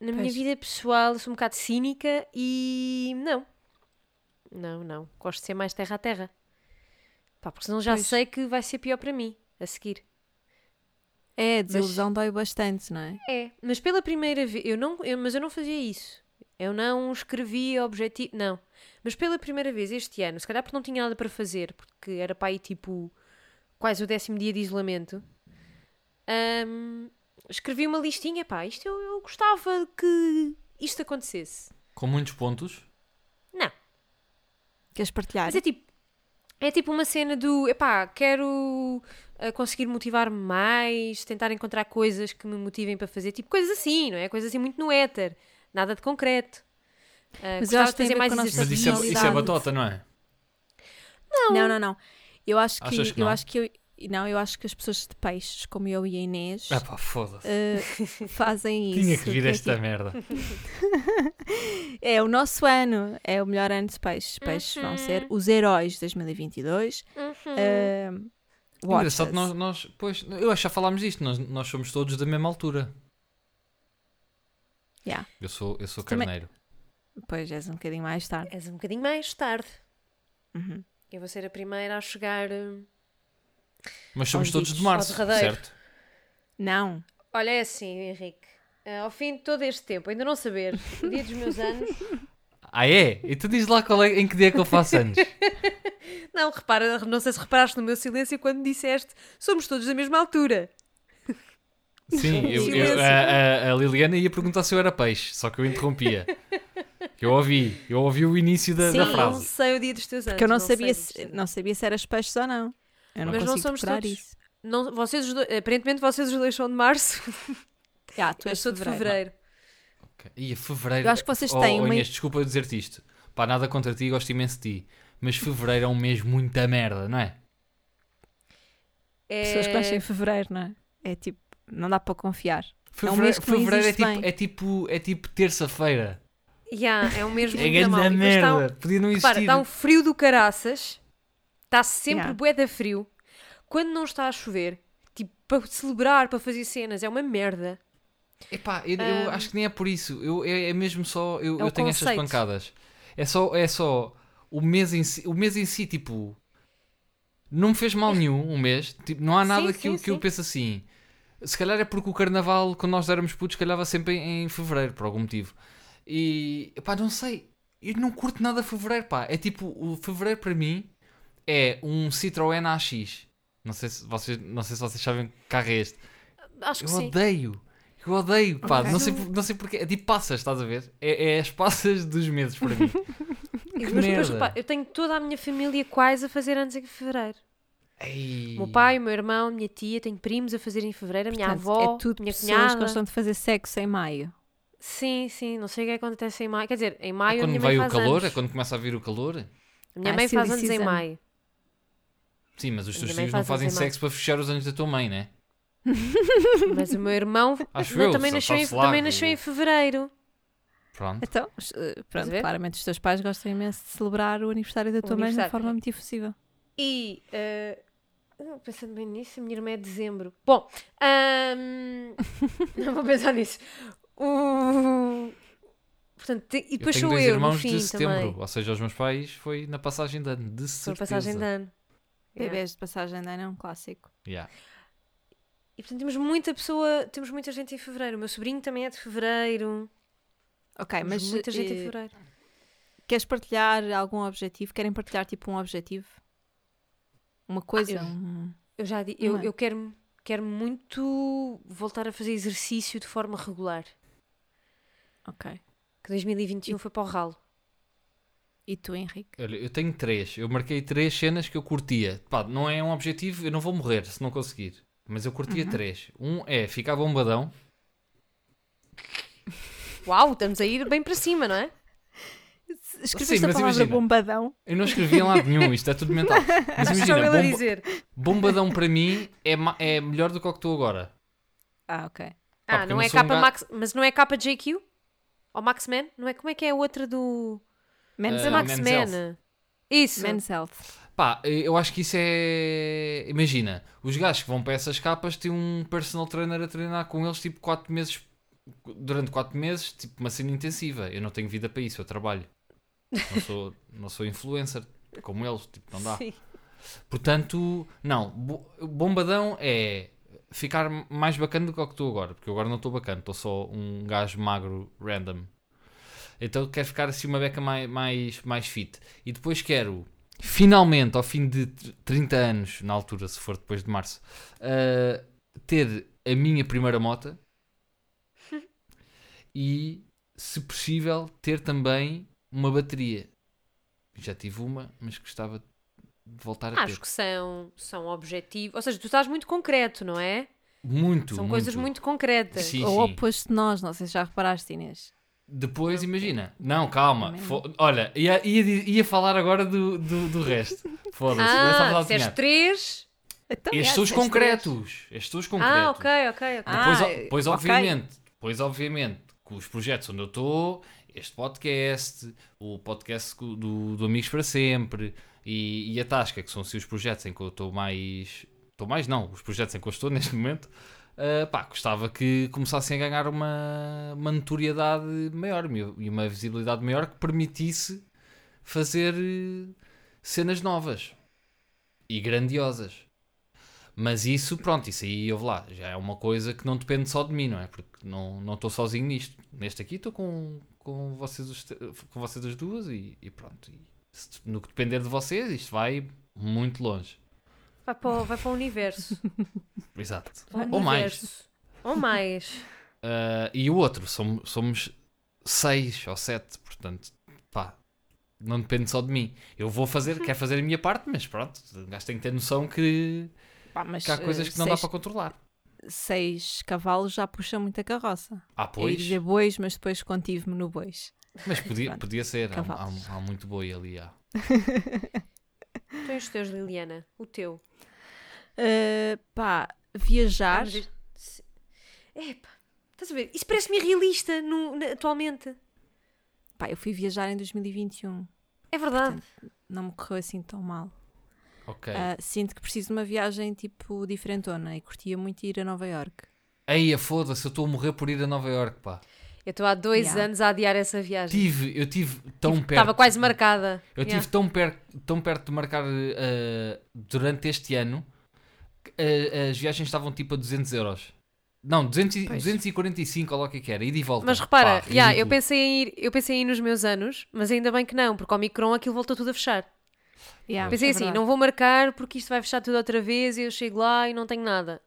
[SPEAKER 3] Na minha
[SPEAKER 1] Pois.
[SPEAKER 3] vida pessoal, sou um bocado cínica e não. Não, não. Gosto de ser mais terra a terra. Pá, porque senão já
[SPEAKER 1] Pois.
[SPEAKER 3] sei que vai ser pior para mim a seguir.
[SPEAKER 1] É, a desilusão dói bastante, não é?
[SPEAKER 3] É, mas pela primeira vez, eu não, eu- mas eu não fazia isso. Eu não escrevia objetivo, não. Mas pela primeira vez este ano, se calhar porque não tinha nada para fazer, porque era para aí tipo quase o décimo dia de isolamento, ahm, escrevi uma listinha, pá, isto eu, eu gostava que isto acontecesse.
[SPEAKER 2] Com muitos pontos.
[SPEAKER 3] Não,
[SPEAKER 1] Queres partilhar?
[SPEAKER 3] mas é tipo, é tipo uma cena do, epá, quero ah, conseguir motivar-me mais, tentar encontrar coisas que me motivem para fazer, tipo coisas assim, não é? Coisas assim muito no éter, nada de concreto. Ah,
[SPEAKER 1] Mas eu
[SPEAKER 3] gostava
[SPEAKER 1] acho que
[SPEAKER 3] de
[SPEAKER 1] tem a
[SPEAKER 3] fazer
[SPEAKER 1] ver
[SPEAKER 3] mais
[SPEAKER 1] com a nossa
[SPEAKER 2] Mas isso é, isso é
[SPEAKER 1] Personalidade.
[SPEAKER 2] batota, não é?
[SPEAKER 1] tipo, Não, não, não. Eu acho que,
[SPEAKER 2] Achas que
[SPEAKER 1] eu
[SPEAKER 2] não?
[SPEAKER 1] acho que eu, não, eu acho que as pessoas de peixes, como eu e a Inês,
[SPEAKER 2] Ah pá, foda-se.
[SPEAKER 1] eh, fazem isso.
[SPEAKER 2] Tinha que vir
[SPEAKER 1] é
[SPEAKER 2] esta
[SPEAKER 1] tipo-
[SPEAKER 2] merda.
[SPEAKER 1] É o nosso ano, é o melhor ano de peixes. Peixes vão ser os heróis de 2022. Eh, watch
[SPEAKER 2] Engraçado,
[SPEAKER 1] us.
[SPEAKER 2] é nós, nós. Pois, eu acho que já falámos disto. Nós, nós somos todos da mesma altura.
[SPEAKER 1] Yeah.
[SPEAKER 2] Eu sou, eu sou
[SPEAKER 1] Também-
[SPEAKER 2] carneiro.
[SPEAKER 1] Pois és um bocadinho mais tarde.
[SPEAKER 3] És um bocadinho mais tarde.
[SPEAKER 1] Uhum.
[SPEAKER 3] Eu vou ser a primeira a chegar. ah,
[SPEAKER 2] Mas somos
[SPEAKER 1] Aos
[SPEAKER 2] todos de
[SPEAKER 1] ditos,
[SPEAKER 2] março,
[SPEAKER 3] ao derradeiro.
[SPEAKER 2] certo?
[SPEAKER 1] Não,
[SPEAKER 3] Olha, é assim, Henrique. ah, ao fim de todo este tempo, ainda não [laughs] saber o dia dos meus anos.
[SPEAKER 2] Ah, é? E tu diz lá qual é, em que dia é que eu faço
[SPEAKER 1] [laughs]
[SPEAKER 2] anos?
[SPEAKER 3] Não, repara, não sei se reparaste no meu silêncio quando disseste somos todos da mesma altura.
[SPEAKER 2] Sim, eu, eu- a, a- a Liliana ia perguntar se eu era peixe, só que eu interrompia. Eu ouvi, eu ouvi o início da, da
[SPEAKER 1] Sim.
[SPEAKER 3] não
[SPEAKER 2] frase.
[SPEAKER 3] sei o dia dos teus anos.
[SPEAKER 1] porque eu não,
[SPEAKER 3] É, sei
[SPEAKER 1] sabia,
[SPEAKER 3] o dia dos
[SPEAKER 1] se,
[SPEAKER 3] teus
[SPEAKER 1] não sabia se eras peixes ou não. Eu não
[SPEAKER 3] Mas não
[SPEAKER 1] consigo
[SPEAKER 3] somos
[SPEAKER 1] decorar
[SPEAKER 3] todos.
[SPEAKER 1] isso.
[SPEAKER 3] Não, vocês os dois- aparentemente vocês os dois são de março,
[SPEAKER 1] Ah, tu
[SPEAKER 3] [laughs] eu
[SPEAKER 1] és
[SPEAKER 3] sou de fevereiro.
[SPEAKER 2] Ok. Ia, fevereiro.
[SPEAKER 1] Eu acho que vocês
[SPEAKER 2] Oh,
[SPEAKER 1] têm
[SPEAKER 2] oh,
[SPEAKER 1] uma-
[SPEAKER 2] Inês, desculpa eu dizer-te isto. Pá, nada contra ti, gosto imenso de ti. Mas fevereiro é um mês muita merda, não é?
[SPEAKER 3] É...
[SPEAKER 1] Pessoas que nascem em fevereiro, não é? É tipo, não dá para confiar. É um
[SPEAKER 2] Fevereiro,
[SPEAKER 1] mês que não
[SPEAKER 2] fevereiro é,
[SPEAKER 1] existe
[SPEAKER 2] tipo, é tipo, é tipo terça-feira.
[SPEAKER 3] Yeah, é um mês
[SPEAKER 2] É
[SPEAKER 3] muito da mal.
[SPEAKER 2] grande
[SPEAKER 3] E depois tá um-
[SPEAKER 2] merda. Podia não
[SPEAKER 3] repara,
[SPEAKER 2] existir.
[SPEAKER 3] está um frio do caraças, está sempre
[SPEAKER 1] Yeah.
[SPEAKER 3] bué da frio. Quando não está a chover, tipo, para celebrar, para fazer cenas, é uma merda.
[SPEAKER 2] Epá, eu, eu
[SPEAKER 3] Ahm.
[SPEAKER 2] acho que nem é por isso. Eu, é, é mesmo só. Eu,
[SPEAKER 3] É o
[SPEAKER 2] eu tenho estas
[SPEAKER 3] conceito.
[SPEAKER 2] pancadas. É só, é só o mês em si, o mês em si, tipo, não me fez mal
[SPEAKER 3] [laughs]
[SPEAKER 2] nenhum um mês. Tipo, não há
[SPEAKER 3] Sim,
[SPEAKER 2] nada que, eu,
[SPEAKER 3] sim,
[SPEAKER 2] que eu
[SPEAKER 3] sim.
[SPEAKER 2] penso assim. Se calhar é porque o carnaval, quando nós éramos putos, calhava sempre em, em fevereiro, por algum motivo. E, pá, não sei. Eu não curto nada fevereiro, pá. É tipo, o fevereiro para mim é um Citroën AX. Não sei se vocês, não sei se vocês sabem que carro é este.
[SPEAKER 3] Acho que
[SPEAKER 2] Eu
[SPEAKER 3] sim.
[SPEAKER 2] odeio. Eu odeio, pá.
[SPEAKER 1] Ok.
[SPEAKER 2] Não, sei, por- não sei porque. É tipo passas, estás a ver? É, é as passas dos meses para
[SPEAKER 3] [laughs]
[SPEAKER 2] mim.
[SPEAKER 3] Mas
[SPEAKER 2] que
[SPEAKER 3] depois,
[SPEAKER 2] merda.
[SPEAKER 3] repara, eu tenho toda a minha família quase a fazer anos em fevereiro.
[SPEAKER 2] Ei.
[SPEAKER 3] O meu pai, o meu irmão, a minha tia, tenho primos a fazer em fevereiro, a minha
[SPEAKER 1] Portanto,
[SPEAKER 3] avó,
[SPEAKER 1] é tudo
[SPEAKER 3] minha
[SPEAKER 1] pessoas que
[SPEAKER 3] cunhada.
[SPEAKER 1] gostam de fazer sexo em maio.
[SPEAKER 3] Sim, sim, não sei o que é que acontece em maio. Quer dizer, em
[SPEAKER 2] É
[SPEAKER 3] maio a
[SPEAKER 2] quando
[SPEAKER 3] minha
[SPEAKER 2] vai
[SPEAKER 3] mãe
[SPEAKER 2] o
[SPEAKER 3] faz
[SPEAKER 2] calor?
[SPEAKER 3] anos.
[SPEAKER 2] É quando começa a vir o calor?
[SPEAKER 3] A minha
[SPEAKER 1] Ah,
[SPEAKER 3] mãe faz
[SPEAKER 1] silly
[SPEAKER 3] anos em
[SPEAKER 1] season.
[SPEAKER 3] [laughs] maio.
[SPEAKER 2] Sim, mas os
[SPEAKER 3] A
[SPEAKER 2] teus
[SPEAKER 3] minha mãe
[SPEAKER 2] filhos não
[SPEAKER 3] faz
[SPEAKER 2] fazem
[SPEAKER 3] anos em maio.
[SPEAKER 2] sexo para fechar os anos da tua mãe, né?
[SPEAKER 3] Mas o meu irmão
[SPEAKER 2] [laughs] Acho
[SPEAKER 3] não,
[SPEAKER 2] eu,
[SPEAKER 3] também,
[SPEAKER 2] só
[SPEAKER 3] nasceu em,
[SPEAKER 2] está-se largo.
[SPEAKER 3] também nasceu em fevereiro.
[SPEAKER 2] Pronto.
[SPEAKER 1] Então, eh,
[SPEAKER 3] Estás a
[SPEAKER 1] pronto,
[SPEAKER 3] ver?
[SPEAKER 1] claramente os teus pais gostam imenso de celebrar o aniversário é. da tua mãe da
[SPEAKER 3] aniversário.
[SPEAKER 1] forma muito possível.
[SPEAKER 3] E eh, não, pensando bem nisso, a minha irmã é dezembro. Bom, [laughs] ahm, não vou pensar nisso. O- Portanto, te- e
[SPEAKER 2] Eu
[SPEAKER 3] depois
[SPEAKER 2] tenho
[SPEAKER 3] tipo, sou
[SPEAKER 2] dois
[SPEAKER 3] eu, no
[SPEAKER 2] irmãos
[SPEAKER 3] fim
[SPEAKER 2] de setembro.
[SPEAKER 3] também.
[SPEAKER 2] Ou seja, os meus pais foi na passagem de ano. De
[SPEAKER 3] Sou a
[SPEAKER 2] certeza.
[SPEAKER 3] passagem de ano. É. Yeah.
[SPEAKER 1] Bebês de passagem de ano é um clássico.
[SPEAKER 2] Yeah.
[SPEAKER 3] E portanto temos muita pessoa, temos muita gente em fevereiro. O meu sobrinho também é de fevereiro.
[SPEAKER 1] Ok,
[SPEAKER 3] Temos
[SPEAKER 1] mas
[SPEAKER 3] muita gente em
[SPEAKER 1] eh,
[SPEAKER 3] fevereiro.
[SPEAKER 1] queres partilhar algum objetivo? Querem partilhar tipo um objetivo? Uma coisa?
[SPEAKER 3] eu-
[SPEAKER 1] um-
[SPEAKER 3] Eu já di-
[SPEAKER 1] Não
[SPEAKER 3] eu,
[SPEAKER 1] é?
[SPEAKER 3] eu quero, quero muito voltar a fazer exercício de forma regular.
[SPEAKER 1] Ok.
[SPEAKER 3] Que 2021 foi para o ralo.
[SPEAKER 1] E tu, Henrique?
[SPEAKER 2] Olha, eu tenho três. Eu marquei três cenas que eu curtia. Pá, não é um objetivo, eu não vou morrer se não conseguir. Mas eu curtia
[SPEAKER 3] Uhum.
[SPEAKER 2] três. Um é ficar bombadão.
[SPEAKER 3] Uau, estamos a ir bem para cima, não é?
[SPEAKER 1] Escreveste
[SPEAKER 2] Sim,
[SPEAKER 1] a
[SPEAKER 2] mas
[SPEAKER 1] palavra
[SPEAKER 2] imagina.
[SPEAKER 1] bombadão?
[SPEAKER 2] Eu não escrevi em lado nenhum, isto é tudo
[SPEAKER 3] [laughs]
[SPEAKER 2] mental. Mas
[SPEAKER 3] Só
[SPEAKER 2] imagina,
[SPEAKER 3] ele a
[SPEAKER 2] bomba-
[SPEAKER 3] dizer. Ah,
[SPEAKER 2] bombadão para mim é, ma- é melhor do que o que estou agora.
[SPEAKER 1] Ah, ok.
[SPEAKER 2] Pá,
[SPEAKER 3] Ah,
[SPEAKER 2] porque eu
[SPEAKER 3] não é
[SPEAKER 2] sou um
[SPEAKER 3] capa
[SPEAKER 2] gajo-
[SPEAKER 3] Max. Mas não é capa JQ? Ou Max Man? Não é? Como é que é a outra do.
[SPEAKER 1] Menos
[SPEAKER 2] Eh,
[SPEAKER 3] Da Max
[SPEAKER 2] Men's Health.
[SPEAKER 3] Man? Isso.
[SPEAKER 2] Eh,
[SPEAKER 1] Men's Health.
[SPEAKER 2] Pá, eu acho que isso é. Imagina, os gajos que vão para essas capas têm um personal trainer a treinar com eles tipo 4 meses. Durante 4 meses, tipo uma cena intensiva. Eu não tenho vida para isso, eu trabalho. Não sou, não sou influencer como eles, tipo, não dá.
[SPEAKER 3] Sim.
[SPEAKER 2] Portanto, não, bo- bombadão é ficar mais bacana do que o que estou agora, porque eu agora não estou bacana, estou só um gajo magro random. Então quero ficar assim uma beca mais, mais, mais fit. E depois quero, finalmente, ao fim de tr- 30 anos, na altura, se for depois de março, ah, ter a minha primeira
[SPEAKER 3] [laughs]
[SPEAKER 2] moto e, se possível, ter também uma bateria. Já tive uma, mas gostava de voltar a ter.
[SPEAKER 3] Acho que são, são objetivos. Ou seja, tu estás muito concreto, não é?
[SPEAKER 2] Muito,
[SPEAKER 3] são coisas muito concretas.
[SPEAKER 2] Sim,
[SPEAKER 1] Ou
[SPEAKER 2] sim.
[SPEAKER 1] oposto de nós, não sei se já reparaste, Inês.
[SPEAKER 2] Depois, imagina. Não, calma.
[SPEAKER 1] Também
[SPEAKER 2] Fo- Olha, ia, ia, di- ia falar agora do, do, do
[SPEAKER 3] [laughs]
[SPEAKER 2] resto. Foda-se. começava a
[SPEAKER 3] Ah,
[SPEAKER 2] adivinhar.
[SPEAKER 3] disseste três.
[SPEAKER 1] Então,
[SPEAKER 2] Estes
[SPEAKER 1] é,
[SPEAKER 2] são os
[SPEAKER 1] tens
[SPEAKER 2] concretos. Estes são os concretos.
[SPEAKER 3] Ah, ok, ok, ok.
[SPEAKER 2] Depois,
[SPEAKER 1] Ah,
[SPEAKER 2] o- depois,
[SPEAKER 1] ok.
[SPEAKER 2] obviamente, depois, obviamente, com os projetos onde eu estou, este podcast, o podcast co- do, do Amigos para Sempre e, e a Tasca, que são assim, os projetos em que eu estou mais. Estou mais, não, os projetos em que eu estou [laughs] neste momento. ah, pá, gostava que começassem a ganhar uma, uma notoriedade maior meu, e uma visibilidade maior que permitisse fazer eh, cenas novas e grandiosas. Mas isso, pronto, isso aí eu vou lá. Já é uma coisa que não depende só de mim, não é? Porque não não estou sozinho nisto. Neste aqui estou com, com, vocês, os te- com vocês as duas e, e pronto. E se- no que depender de vocês, isto vai muito longe.
[SPEAKER 3] Vai para, o- vai para o universo.
[SPEAKER 2] Exato.
[SPEAKER 3] Vai para o
[SPEAKER 2] Ou mais.
[SPEAKER 3] universo. Ou mais.
[SPEAKER 2] Ah, e o outro, som- somos seis ou sete, portanto, pá, não depende só de mim. Eu vou fazer, quero fazer a minha parte, mas pronto, o gajo tem que ter noção que,
[SPEAKER 1] três. Pá, mas,
[SPEAKER 2] que há
[SPEAKER 1] eh,
[SPEAKER 2] coisas que não dá
[SPEAKER 1] seis,
[SPEAKER 2] para controlar.
[SPEAKER 1] Seis cavalos já puxa muita carroça.
[SPEAKER 2] Ah,
[SPEAKER 1] Eu ia
[SPEAKER 2] pois.
[SPEAKER 1] dizer bois, mas depois contive-me no bois.
[SPEAKER 2] Mas
[SPEAKER 1] [laughs]
[SPEAKER 2] podia,
[SPEAKER 1] Pronto.
[SPEAKER 2] podia ser, há,
[SPEAKER 1] Cavalos.
[SPEAKER 2] há- há muito boi ali. Há.
[SPEAKER 3] Tens os teus, Liliana. O teu.
[SPEAKER 1] Eh, pá, viajar.
[SPEAKER 3] Vamos ver. Se- Epá, estás a ver? Isso parece-me irrealista no- na- atualmente.
[SPEAKER 1] Pá, eu fui viajar em 2021.
[SPEAKER 3] É verdade.
[SPEAKER 1] Não me correu assim tão mal.
[SPEAKER 2] Ok.
[SPEAKER 1] Ah, sinto que preciso de uma viagem tipo diferentona e curtia muito ir a Nova Iorque.
[SPEAKER 2] Eia, foda-se, eu estou a morrer por ir a Nova Iorque, pá.
[SPEAKER 3] Eu estou há dois
[SPEAKER 1] Yeah.
[SPEAKER 3] anos a adiar essa viagem.
[SPEAKER 2] Tive, eu tive tão perto.
[SPEAKER 3] Estava quase marcada.
[SPEAKER 2] Eu
[SPEAKER 3] Yeah.
[SPEAKER 2] tive tão perto, tão perto de marcar eh, durante este ano que, eh, as viagens estavam tipo a 200 euros. Não, 200, e-
[SPEAKER 1] Pois.
[SPEAKER 2] 245 ou lá o que é que era, ida e volta.
[SPEAKER 3] Mas repara,
[SPEAKER 2] Pá,
[SPEAKER 3] yeah, eu,
[SPEAKER 2] ridículo.
[SPEAKER 3] pensei em ir, eu pensei em ir nos meus anos, mas ainda bem que não, porque ao Micron aquilo voltou tudo a fechar.
[SPEAKER 2] Ah,
[SPEAKER 1] Yeah,
[SPEAKER 3] pensei
[SPEAKER 1] é
[SPEAKER 3] assim,
[SPEAKER 1] verdade.
[SPEAKER 3] não vou marcar porque isto vai fechar tudo outra vez e eu chego lá e não tenho nada.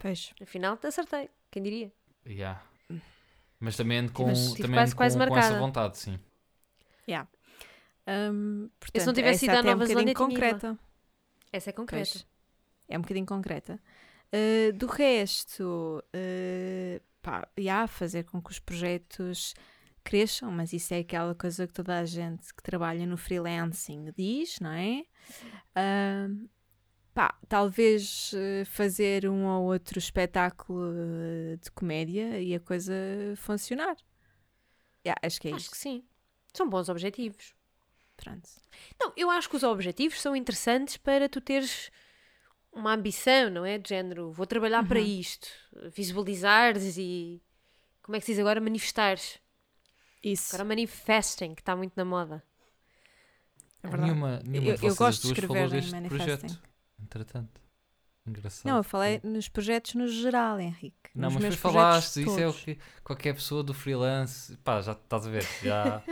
[SPEAKER 1] Pois.
[SPEAKER 3] Afinal, acertei. Quem diria?
[SPEAKER 2] Yeah. Mas também ando com,
[SPEAKER 1] Mas tive
[SPEAKER 2] também
[SPEAKER 3] quase,
[SPEAKER 2] ando
[SPEAKER 3] quase
[SPEAKER 2] com, com essa
[SPEAKER 3] marcada.
[SPEAKER 2] vontade, sim.
[SPEAKER 1] Ahm, portanto,
[SPEAKER 3] não
[SPEAKER 1] essa
[SPEAKER 3] tivesse ido à
[SPEAKER 1] até é
[SPEAKER 3] Nova
[SPEAKER 1] um bocadinho
[SPEAKER 3] Zelândia, tinha ido lá.
[SPEAKER 1] concreta.
[SPEAKER 3] Essa é concreta.
[SPEAKER 1] Pois. É um bocadinho concreta. Ah, do resto, ah, pá, já, fazer com que os projetos cresçam, mas isso é aquela coisa que toda a gente que trabalha no freelancing diz, não é? Ah, pá, talvez eh, fazer um ou outro espetáculo eh, de comédia e a coisa funcionar. Já, acho que é
[SPEAKER 3] Acho
[SPEAKER 1] isto.
[SPEAKER 3] que sim. São bons objetivos.
[SPEAKER 1] Pronto.
[SPEAKER 3] Não, eu acho que os objetivos são interessantes para tu teres uma ambição, não é? De género, vou trabalhar para isto. Visualizares e. Como é que se diz agora? Manifestares.
[SPEAKER 1] Isso.
[SPEAKER 3] Agora manifesting, que está muito na moda.
[SPEAKER 1] É verdade.
[SPEAKER 2] Nenhuma, nenhuma
[SPEAKER 1] Eu-
[SPEAKER 2] de
[SPEAKER 1] eu
[SPEAKER 2] vocês
[SPEAKER 1] gosto de
[SPEAKER 2] duas
[SPEAKER 1] escrever
[SPEAKER 2] falou
[SPEAKER 1] em
[SPEAKER 2] deste
[SPEAKER 1] manifesting.
[SPEAKER 2] projeto. Entretanto. Engraçado.
[SPEAKER 1] Não, eu falei nos projetos no geral, Henrique.
[SPEAKER 2] Não,
[SPEAKER 1] Nos
[SPEAKER 2] mas
[SPEAKER 1] meus
[SPEAKER 2] depois falaste,
[SPEAKER 1] projetos
[SPEAKER 2] isso é o
[SPEAKER 1] todos.
[SPEAKER 2] que qualquer pessoa do freelance, pá, já estás a ver,
[SPEAKER 1] [laughs]
[SPEAKER 2] já.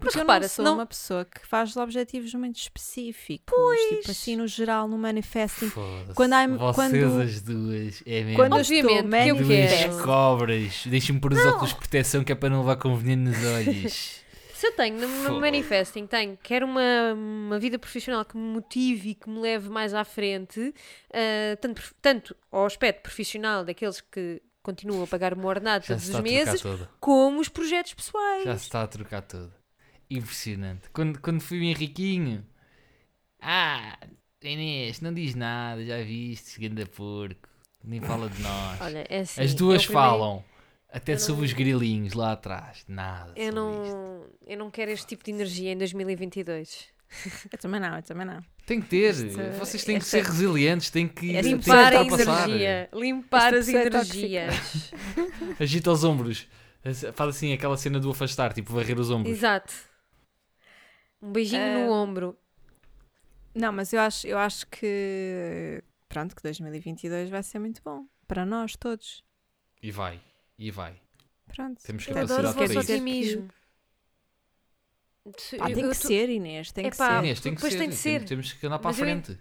[SPEAKER 1] Porque eu
[SPEAKER 3] repara,
[SPEAKER 1] não sou
[SPEAKER 3] senão-
[SPEAKER 1] uma pessoa que faz objetivos muito específicos. Pois. Tipo assim, no geral, no manifesting.
[SPEAKER 2] Foda-se.
[SPEAKER 1] Assim, Quando há-
[SPEAKER 2] Vocês
[SPEAKER 1] quando-
[SPEAKER 2] as duas, é mesmo.
[SPEAKER 1] Quando eu
[SPEAKER 3] Obviamente,
[SPEAKER 1] estou
[SPEAKER 3] que eu
[SPEAKER 2] duas
[SPEAKER 1] manifest-
[SPEAKER 3] quero.
[SPEAKER 2] cobras, deixem-me pôr os óculos de proteção que é para não levar com veneno
[SPEAKER 1] [laughs]
[SPEAKER 2] nos olhos.
[SPEAKER 3] Se eu tenho no meu
[SPEAKER 2] Fogo.
[SPEAKER 3] manifesting, tenho, quero uma, uma vida profissional que me motive e que me leve mais à frente, ah, tanto, prof- tanto ao aspecto profissional daqueles que continuam a pagar-me o ordenado
[SPEAKER 2] já
[SPEAKER 3] todos
[SPEAKER 2] se
[SPEAKER 3] os
[SPEAKER 2] está a trocar
[SPEAKER 3] meses,
[SPEAKER 2] todo.
[SPEAKER 3] como os projetos pessoais.
[SPEAKER 2] Já se está a trocar todo. Impressionante. Quando, quando fui o Henriquinho, ah, Inês, não diz nada, já viste, ganda porco. Nem fala de
[SPEAKER 3] [laughs]
[SPEAKER 2] nós.
[SPEAKER 3] Olha, é assim.
[SPEAKER 2] As duas
[SPEAKER 3] eu primeiro-
[SPEAKER 2] falam. Até
[SPEAKER 3] eu
[SPEAKER 2] sobre
[SPEAKER 3] não-
[SPEAKER 2] os grilinhos lá atrás. Nada.
[SPEAKER 3] Eu
[SPEAKER 2] sobre isto.
[SPEAKER 3] não, eu não quero este tipo de energia em 2022.
[SPEAKER 1] Eu também não, eu também não.
[SPEAKER 2] Tem que ter.
[SPEAKER 3] é-
[SPEAKER 1] Esta-
[SPEAKER 2] Vocês têm que
[SPEAKER 1] esta-
[SPEAKER 2] ser resilientes. Têm que
[SPEAKER 1] esta
[SPEAKER 2] têm que
[SPEAKER 3] Limpar a
[SPEAKER 2] ultrapassar.
[SPEAKER 3] energia. Limpar
[SPEAKER 1] Esta
[SPEAKER 3] as
[SPEAKER 1] pessoa é tóxica.
[SPEAKER 3] energias.
[SPEAKER 2] Agita os ombros. Faz assim aquela cena do afastar, tipo varrer os ombros.
[SPEAKER 3] Exato. Um beijinho
[SPEAKER 1] Ahm,
[SPEAKER 3] no ombro.
[SPEAKER 1] Não, mas eu acho, eu acho que. Pronto, que 2022 vai ser muito bom. Para nós todos.
[SPEAKER 2] E vai. E vai.
[SPEAKER 1] Pronto.
[SPEAKER 2] Temos
[SPEAKER 3] Eu
[SPEAKER 2] capacidade
[SPEAKER 3] adoro o
[SPEAKER 2] para
[SPEAKER 3] vosso
[SPEAKER 2] é isso.
[SPEAKER 3] otimismo.
[SPEAKER 1] Pá, tem que ser, Inês, tem que
[SPEAKER 3] Epá,
[SPEAKER 1] ser.
[SPEAKER 2] Inês, tem que
[SPEAKER 3] Ah, Depois
[SPEAKER 2] ser.
[SPEAKER 3] tem que
[SPEAKER 2] Temos-
[SPEAKER 3] ser.
[SPEAKER 2] Temos que andar para a
[SPEAKER 3] Mas eu-
[SPEAKER 2] frente.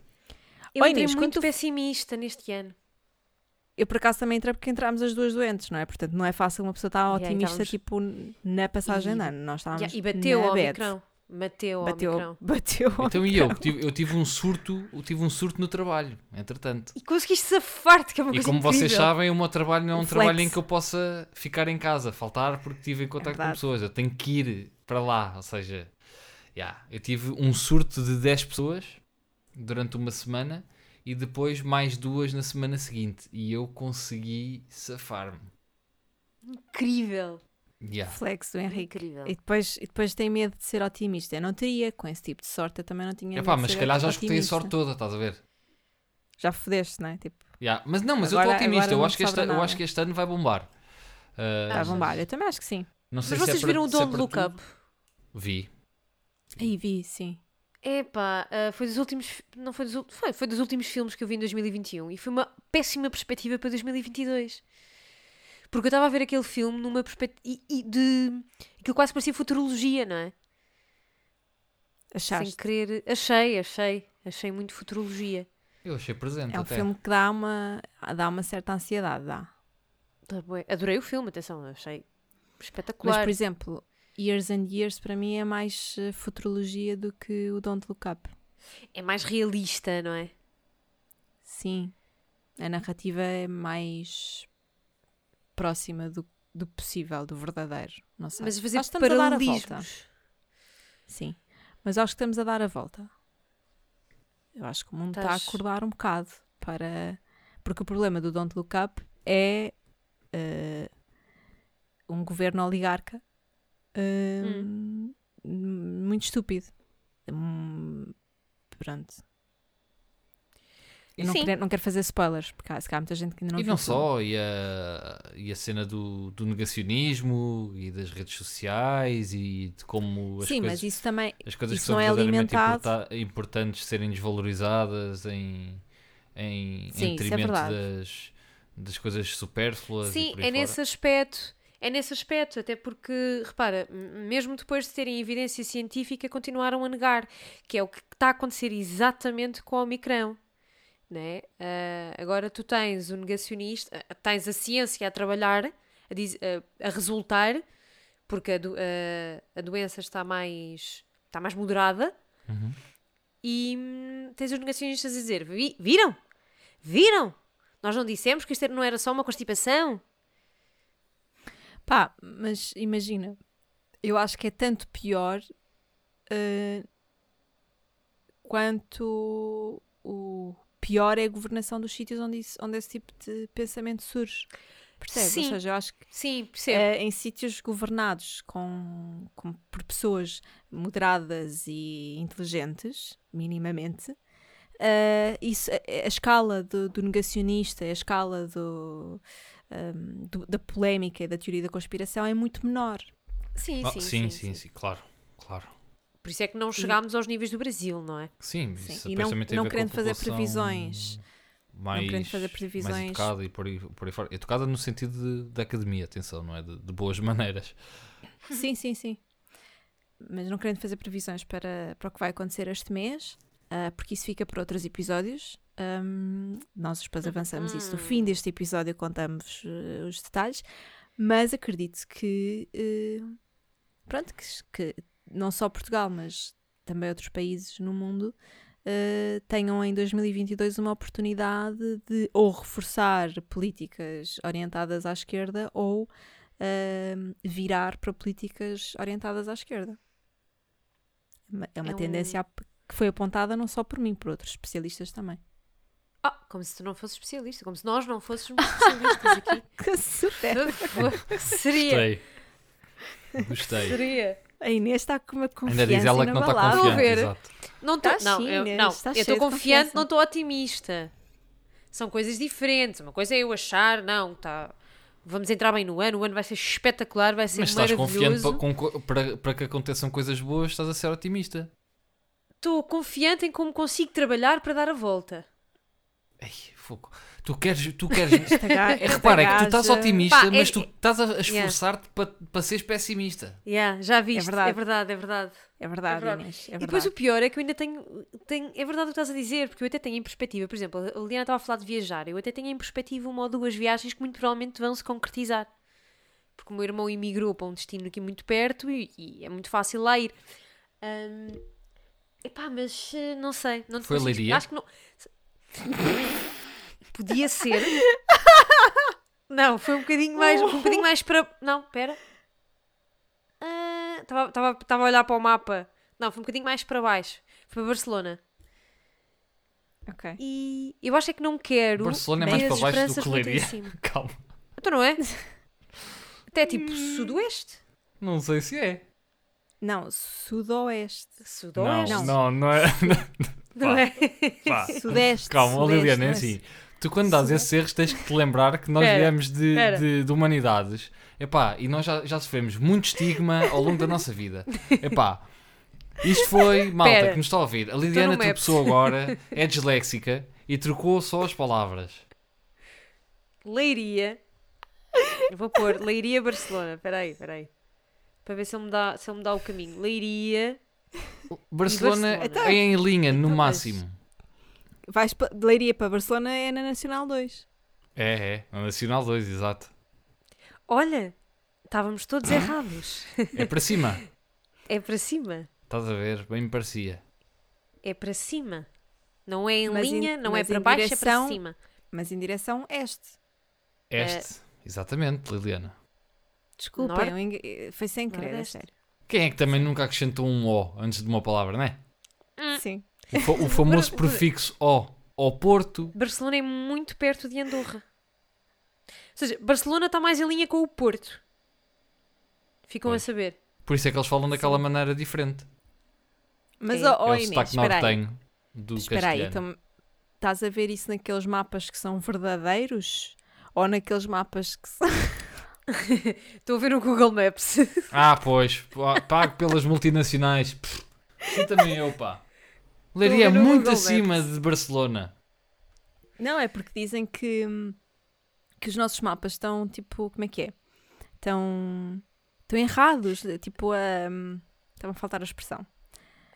[SPEAKER 3] Eu
[SPEAKER 1] Oi,
[SPEAKER 3] entrei
[SPEAKER 1] Inês,
[SPEAKER 3] muito
[SPEAKER 1] quando-
[SPEAKER 3] pessimista neste ano.
[SPEAKER 1] Eu por acaso também entrei porque entramos as duas doentes, não é? Portanto, não é fácil uma pessoa estar
[SPEAKER 3] aí
[SPEAKER 1] otimista,
[SPEAKER 3] estávamos-
[SPEAKER 1] tipo, na passagem
[SPEAKER 3] E-
[SPEAKER 1] de ano. Nós estávamos.
[SPEAKER 3] Ya, e bateu
[SPEAKER 1] na
[SPEAKER 3] ao
[SPEAKER 1] bed.
[SPEAKER 3] micrão. Bateu, ao
[SPEAKER 1] Bateu,
[SPEAKER 3] micrão.
[SPEAKER 1] [laughs] bateu ao
[SPEAKER 2] Então e
[SPEAKER 3] [laughs]
[SPEAKER 1] micrão.
[SPEAKER 2] eu? que tive- Eu tive um surto, eu tive um surto no trabalho, entretanto.
[SPEAKER 3] E conseguiste safar-te, que é uma
[SPEAKER 2] E
[SPEAKER 3] coisa
[SPEAKER 2] como
[SPEAKER 3] incrível.
[SPEAKER 2] vocês sabem, o meu trabalho não é
[SPEAKER 1] Um
[SPEAKER 2] um
[SPEAKER 1] flex.
[SPEAKER 2] trabalho em que eu possa ficar em casa, faltar porque estive em contato com
[SPEAKER 1] É verdade.
[SPEAKER 2] pessoas. Eu tenho que ir para lá. Ou seja, yeah, eu tive um surto de 10 pessoas durante uma semana e depois mais duas na semana seguinte. E eu consegui safar-me.
[SPEAKER 3] Incrível.
[SPEAKER 2] Yeah.
[SPEAKER 1] Flex do Henrique.
[SPEAKER 3] Incrível.
[SPEAKER 1] E depois, e depois tem medo de ser otimista. Eu não teria, com esse tipo de sorte, eu também não tinha. medo
[SPEAKER 2] Epá,
[SPEAKER 1] de
[SPEAKER 2] mas se
[SPEAKER 1] ser
[SPEAKER 2] calhar já escutei a
[SPEAKER 1] otimista.
[SPEAKER 2] sorte toda, estás a ver?
[SPEAKER 1] Já fodeste, não é? Tipo,
[SPEAKER 2] Yeah, Mas não, mas eu
[SPEAKER 1] Agora-
[SPEAKER 2] estou otimista.
[SPEAKER 1] agora
[SPEAKER 2] Eu
[SPEAKER 1] não
[SPEAKER 2] acho, que este,
[SPEAKER 1] sobra
[SPEAKER 2] eu
[SPEAKER 1] nada.
[SPEAKER 2] acho que este ano vai bombar. Uh,
[SPEAKER 1] está tá a bombar. Eu também acho que sim.
[SPEAKER 2] Não sei se
[SPEAKER 3] Mas vocês
[SPEAKER 2] é para-
[SPEAKER 3] viram o
[SPEAKER 2] se é
[SPEAKER 3] Don't
[SPEAKER 2] para
[SPEAKER 3] Look
[SPEAKER 2] tudo.
[SPEAKER 3] Up?
[SPEAKER 2] Vi.
[SPEAKER 1] Aí vi, sim.
[SPEAKER 3] Epá, ah, foi dos últimos. Não foi dos ul- foi, foi dos últimos filmes que eu vi em 2021 e foi uma péssima perspectiva para 2022. Porque eu estava a ver aquele filme numa perspectiva. de. aquilo quase parecia futurologia, não é?
[SPEAKER 1] Achaste?
[SPEAKER 3] Sem querer. Achei, achei. Achei muito futurologia.
[SPEAKER 2] Eu achei presente
[SPEAKER 1] É um
[SPEAKER 2] até.
[SPEAKER 1] filme que dá uma, dá uma certa ansiedade, dá.
[SPEAKER 3] Tá bué. Adorei o filme, atenção, achei
[SPEAKER 1] Mas,
[SPEAKER 3] espetacular.
[SPEAKER 1] por exemplo, Years and Years para mim é mais eh, futurologia do que o Don't Look Up.
[SPEAKER 3] É mais realista, não é?
[SPEAKER 1] Sim. A narrativa é mais próxima do, do possível, do verdadeiro. Não sei.
[SPEAKER 3] Mas a fazer
[SPEAKER 1] Acho que estamos a dar a volta.
[SPEAKER 3] paralelismos.
[SPEAKER 1] Sim. Mas acho que estamos a dar a volta. Eu acho que o mundo está a
[SPEAKER 3] Estás-
[SPEAKER 1] acordar um bocado para. Porque o problema do Don't Look Up é eh, um governo oligarca eh, muito estúpido. Hum, pronto. Eu não,
[SPEAKER 3] Sim.
[SPEAKER 1] quero, não quero fazer spoilers, porque há, se calhar há muita gente que ainda não
[SPEAKER 2] E
[SPEAKER 1] viu
[SPEAKER 2] não
[SPEAKER 1] o filme.
[SPEAKER 2] só, e a, e a cena do, do negacionismo e das redes sociais e de como as
[SPEAKER 1] Sim,
[SPEAKER 2] coisas,
[SPEAKER 1] mas isso também.
[SPEAKER 2] as coisas que
[SPEAKER 1] isso
[SPEAKER 2] são
[SPEAKER 1] não é
[SPEAKER 2] verdadeiramente
[SPEAKER 1] alimentado.
[SPEAKER 2] importa- importantes serem desvalorizadas em,
[SPEAKER 1] Sim,
[SPEAKER 2] em, em
[SPEAKER 1] isso é
[SPEAKER 2] detrimento
[SPEAKER 1] verdade.
[SPEAKER 2] das, das coisas supérfluas. e
[SPEAKER 3] Sim,
[SPEAKER 2] por aí
[SPEAKER 3] é
[SPEAKER 2] fora.
[SPEAKER 3] nesse aspecto. É nesse aspecto, até porque, repara, m- mesmo depois de terem evidência científica, continuaram a negar, que é o que está a acontecer exatamente com o Omicron. Né? Ah, agora tu tens o negacionista, ah, tens a ciência a trabalhar, a, diz- ah, a- a resultar, porque a, do- ah, a- a doença está mais, está mais moderada,
[SPEAKER 2] Uhum.
[SPEAKER 3] e hum, tens os negacionistas a dizer: "Vi- Viram? Viram? Nós não dissemos que isto era- não era só uma constipação?
[SPEAKER 1] Pá, mas imagina, eu acho que é tanto pior eh, quanto o pior é a governação dos sítios onde, isso- onde esse tipo de pensamento surge. Percebes? Ou
[SPEAKER 3] Sim.
[SPEAKER 1] seja, eu acho que
[SPEAKER 3] Sim, percebo.
[SPEAKER 1] eh, em sítios governados com, com- por pessoas moderadas e inteligentes, minimamente, eh, isso, a, a escala do, do negacionista, a escala do, ehm, do- da polémica e da teoria da conspiração é muito menor. É.
[SPEAKER 3] Sim,
[SPEAKER 2] Ah,
[SPEAKER 3] sim,
[SPEAKER 2] sim, sim, sim, claro, claro.
[SPEAKER 3] Por isso é que não chegámos aos níveis do Brasil, não é?
[SPEAKER 2] Sim,
[SPEAKER 1] Sim,
[SPEAKER 2] isso
[SPEAKER 1] e
[SPEAKER 2] depois
[SPEAKER 1] não-
[SPEAKER 2] também tem
[SPEAKER 1] não
[SPEAKER 2] a ver com a
[SPEAKER 1] querendo fazer
[SPEAKER 2] população
[SPEAKER 1] previsões.
[SPEAKER 2] Mais,
[SPEAKER 1] querendo fazer previsões.
[SPEAKER 2] Mais educada e por aí, por aí fora. Educada no sentido de, da academia, atenção, não é? De, de boas [laughs] maneiras.
[SPEAKER 1] Sim, sim, sim. Mas não querendo fazer previsões para, para o que vai acontecer este mês, ah, porque isso fica para outros episódios. Ahm, nós depois
[SPEAKER 3] Uhum.
[SPEAKER 1] avançamos isso. No fim deste episódio contamos eh, os detalhes, mas acredito que eh, pronto, que, que não só Portugal, mas também outros países no mundo eh, tenham em 2022 uma oportunidade de ou reforçar políticas orientadas à esquerda ou ahm, virar para políticas orientadas à esquerda. É uma, é uma
[SPEAKER 3] É um-
[SPEAKER 1] tendência ap- que foi apontada não só por mim, por outros especialistas também.
[SPEAKER 3] Ah, como se tu não fosses especialista, como se nós não fôssemos especialistas
[SPEAKER 1] [laughs]
[SPEAKER 3] aqui.
[SPEAKER 1] Que super!
[SPEAKER 3] Por favor, Seria.
[SPEAKER 2] Gostei. Gostei.
[SPEAKER 3] Seria.
[SPEAKER 1] A Inês está com uma confiança
[SPEAKER 2] Ainda diz ela que não tá está
[SPEAKER 1] inabalável. [laughs]
[SPEAKER 2] confiante.
[SPEAKER 3] ver.
[SPEAKER 2] Exato.
[SPEAKER 3] Não, tô,
[SPEAKER 1] Tá
[SPEAKER 3] não,
[SPEAKER 1] sim,
[SPEAKER 3] eu,
[SPEAKER 1] Inês,
[SPEAKER 3] não,
[SPEAKER 1] tá
[SPEAKER 3] eu
[SPEAKER 1] cheia
[SPEAKER 3] estou
[SPEAKER 1] de
[SPEAKER 3] confiante,
[SPEAKER 1] confiança.
[SPEAKER 3] não estou otimista. São coisas diferentes. Uma coisa é eu achar, não, tá. Vamos entrar bem no ano, o ano vai ser espetacular, vai ser
[SPEAKER 2] Mas estás confiante
[SPEAKER 3] maravilhoso.
[SPEAKER 2] para, com co- para- para que aconteçam coisas boas, estás a ser otimista.
[SPEAKER 3] Estou confiante em como consigo trabalhar para dar a volta.
[SPEAKER 2] Ei, fogo. Tu queres. Tu queres...
[SPEAKER 1] Esta ga-
[SPEAKER 2] É,
[SPEAKER 1] esta
[SPEAKER 2] repara, é que tu
[SPEAKER 1] gaja-
[SPEAKER 2] estás otimista,
[SPEAKER 3] Pá, é-
[SPEAKER 2] mas tu estás a a
[SPEAKER 3] Yeah.
[SPEAKER 2] esforçar-te para, para seres pessimista.
[SPEAKER 3] Yeah, já viste. É verdade,
[SPEAKER 1] verdade.
[SPEAKER 3] é verdade.
[SPEAKER 1] É
[SPEAKER 3] É verdade.
[SPEAKER 1] verdade,
[SPEAKER 3] É verdade.
[SPEAKER 1] Inês. É
[SPEAKER 3] E depois
[SPEAKER 1] verdade.
[SPEAKER 3] o pior é que eu ainda tenho, tenho. É verdade o que estás a dizer, porque eu até tenho em perspectiva. Por exemplo, a Liana estava a falar de viajar. Eu até tenho em perspectiva uma ou duas viagens que muito provavelmente vão se concretizar. Porque o meu irmão emigrou para um destino aqui muito perto e, e é muito fácil lá ir. Ahm, epá, mas eh, não sei. Não te
[SPEAKER 2] Foi a
[SPEAKER 3] consigo-
[SPEAKER 2] Leiria?
[SPEAKER 3] Acho que não. [laughs] Podia ser. Não, foi um bocadinho mais, um bocadinho mais para. Não, pera. Ah, Estava a olhar para o mapa. Não, foi um bocadinho mais para baixo. Foi para Barcelona.
[SPEAKER 1] Ok.
[SPEAKER 3] E eu acho é que não quero.
[SPEAKER 2] Barcelona é
[SPEAKER 3] ter
[SPEAKER 2] mais para
[SPEAKER 3] as
[SPEAKER 2] baixo do
[SPEAKER 3] esperanças
[SPEAKER 2] que
[SPEAKER 3] muito em
[SPEAKER 2] Leiria.
[SPEAKER 3] cima.
[SPEAKER 2] Calma.
[SPEAKER 3] Então não é?
[SPEAKER 2] [laughs]
[SPEAKER 3] Até tipo sudoeste?
[SPEAKER 2] Não sei se é.
[SPEAKER 1] Não, [laughs] sudoeste.
[SPEAKER 3] Sudoeste?
[SPEAKER 1] Não.
[SPEAKER 2] não, não é.
[SPEAKER 3] Não
[SPEAKER 2] Pá.
[SPEAKER 3] é?
[SPEAKER 2] Pá.
[SPEAKER 1] Sudeste.
[SPEAKER 2] Calma,
[SPEAKER 1] sudeste,
[SPEAKER 2] Liliana, é
[SPEAKER 1] não
[SPEAKER 2] assim. Tu quando dás esses erros tens que te lembrar que nós
[SPEAKER 3] Pera,
[SPEAKER 2] viemos de,
[SPEAKER 3] pera.
[SPEAKER 2] de, de humanidades. Epá, e nós já, já sofremos muito estigma ao longo da nossa vida. Epá, isto
[SPEAKER 3] [laughs]
[SPEAKER 2] foi malta
[SPEAKER 3] Pera.
[SPEAKER 2] que nos está a ouvir. A Liliana
[SPEAKER 3] no Maps.
[SPEAKER 2] tropeçou
[SPEAKER 3] [laughs]
[SPEAKER 2] agora, é disléxica e trocou só as palavras.
[SPEAKER 3] Leiria. Eu vou pôr Leiria Barcelona. Espera aí, espera aí. Para ver se ele me dá, se ele me dá o caminho. Leiria.
[SPEAKER 2] Barcelona,
[SPEAKER 3] Barcelona.
[SPEAKER 2] é em linha, no
[SPEAKER 3] Então, mas-
[SPEAKER 2] máximo.
[SPEAKER 1] Vais pa- de Leiria para Barcelona é na Nacional 2.
[SPEAKER 2] É, é, na Nacional 2, exato.
[SPEAKER 3] Olha, estávamos todos errados.
[SPEAKER 2] É para
[SPEAKER 3] [laughs]
[SPEAKER 2] cima.
[SPEAKER 3] É para cima.
[SPEAKER 2] Estás a ver, bem me parecia.
[SPEAKER 3] É para cima. Não é em
[SPEAKER 1] Mas em-
[SPEAKER 3] linha, não é
[SPEAKER 1] mas
[SPEAKER 3] para
[SPEAKER 1] em
[SPEAKER 3] baixo, é para
[SPEAKER 1] direção-
[SPEAKER 3] cima.
[SPEAKER 1] Mas em direção este.
[SPEAKER 3] É.
[SPEAKER 2] Este, exatamente, Liliana.
[SPEAKER 1] Desculpa,
[SPEAKER 3] Norte.
[SPEAKER 1] eu eng- eh, foi sem querer, é
[SPEAKER 3] Nordeste.
[SPEAKER 1] sério.
[SPEAKER 2] Quem é que também nunca acrescentou um O antes de uma palavra, não é?
[SPEAKER 3] Ah.
[SPEAKER 1] Sim.
[SPEAKER 2] O, fa- o famoso prefixo O. Ao Porto.
[SPEAKER 3] Barcelona é muito perto de Andorra. Ou seja, Barcelona está mais em linha com o Porto. Ficam a
[SPEAKER 2] Pois.
[SPEAKER 3] saber.
[SPEAKER 2] Por isso é que eles falam daquela maneira diferente.
[SPEAKER 1] Mas,
[SPEAKER 3] É.
[SPEAKER 1] ó, ó,
[SPEAKER 2] é o
[SPEAKER 1] Inês,
[SPEAKER 2] sotaque
[SPEAKER 1] espera aí.
[SPEAKER 2] nortenho do
[SPEAKER 1] Espera aí,
[SPEAKER 2] castelhano.
[SPEAKER 1] então, estás a ver isso naqueles mapas que são verdadeiros? Ou naqueles mapas que são...
[SPEAKER 3] Estou a ver no Google Maps.
[SPEAKER 2] Ah, pois. pá, Pago pelas multinacionais. Pff, Sim, também eu, pá. Leiria é
[SPEAKER 1] Estou a ver o
[SPEAKER 2] muito
[SPEAKER 1] Google
[SPEAKER 2] acima
[SPEAKER 1] Maps.
[SPEAKER 2] de Barcelona.
[SPEAKER 1] Não, é porque dizem que, hum, que os nossos mapas estão, tipo, como é que é? Estão, estão errados, de- tipo, a... hum, Está-me a faltar a expressão.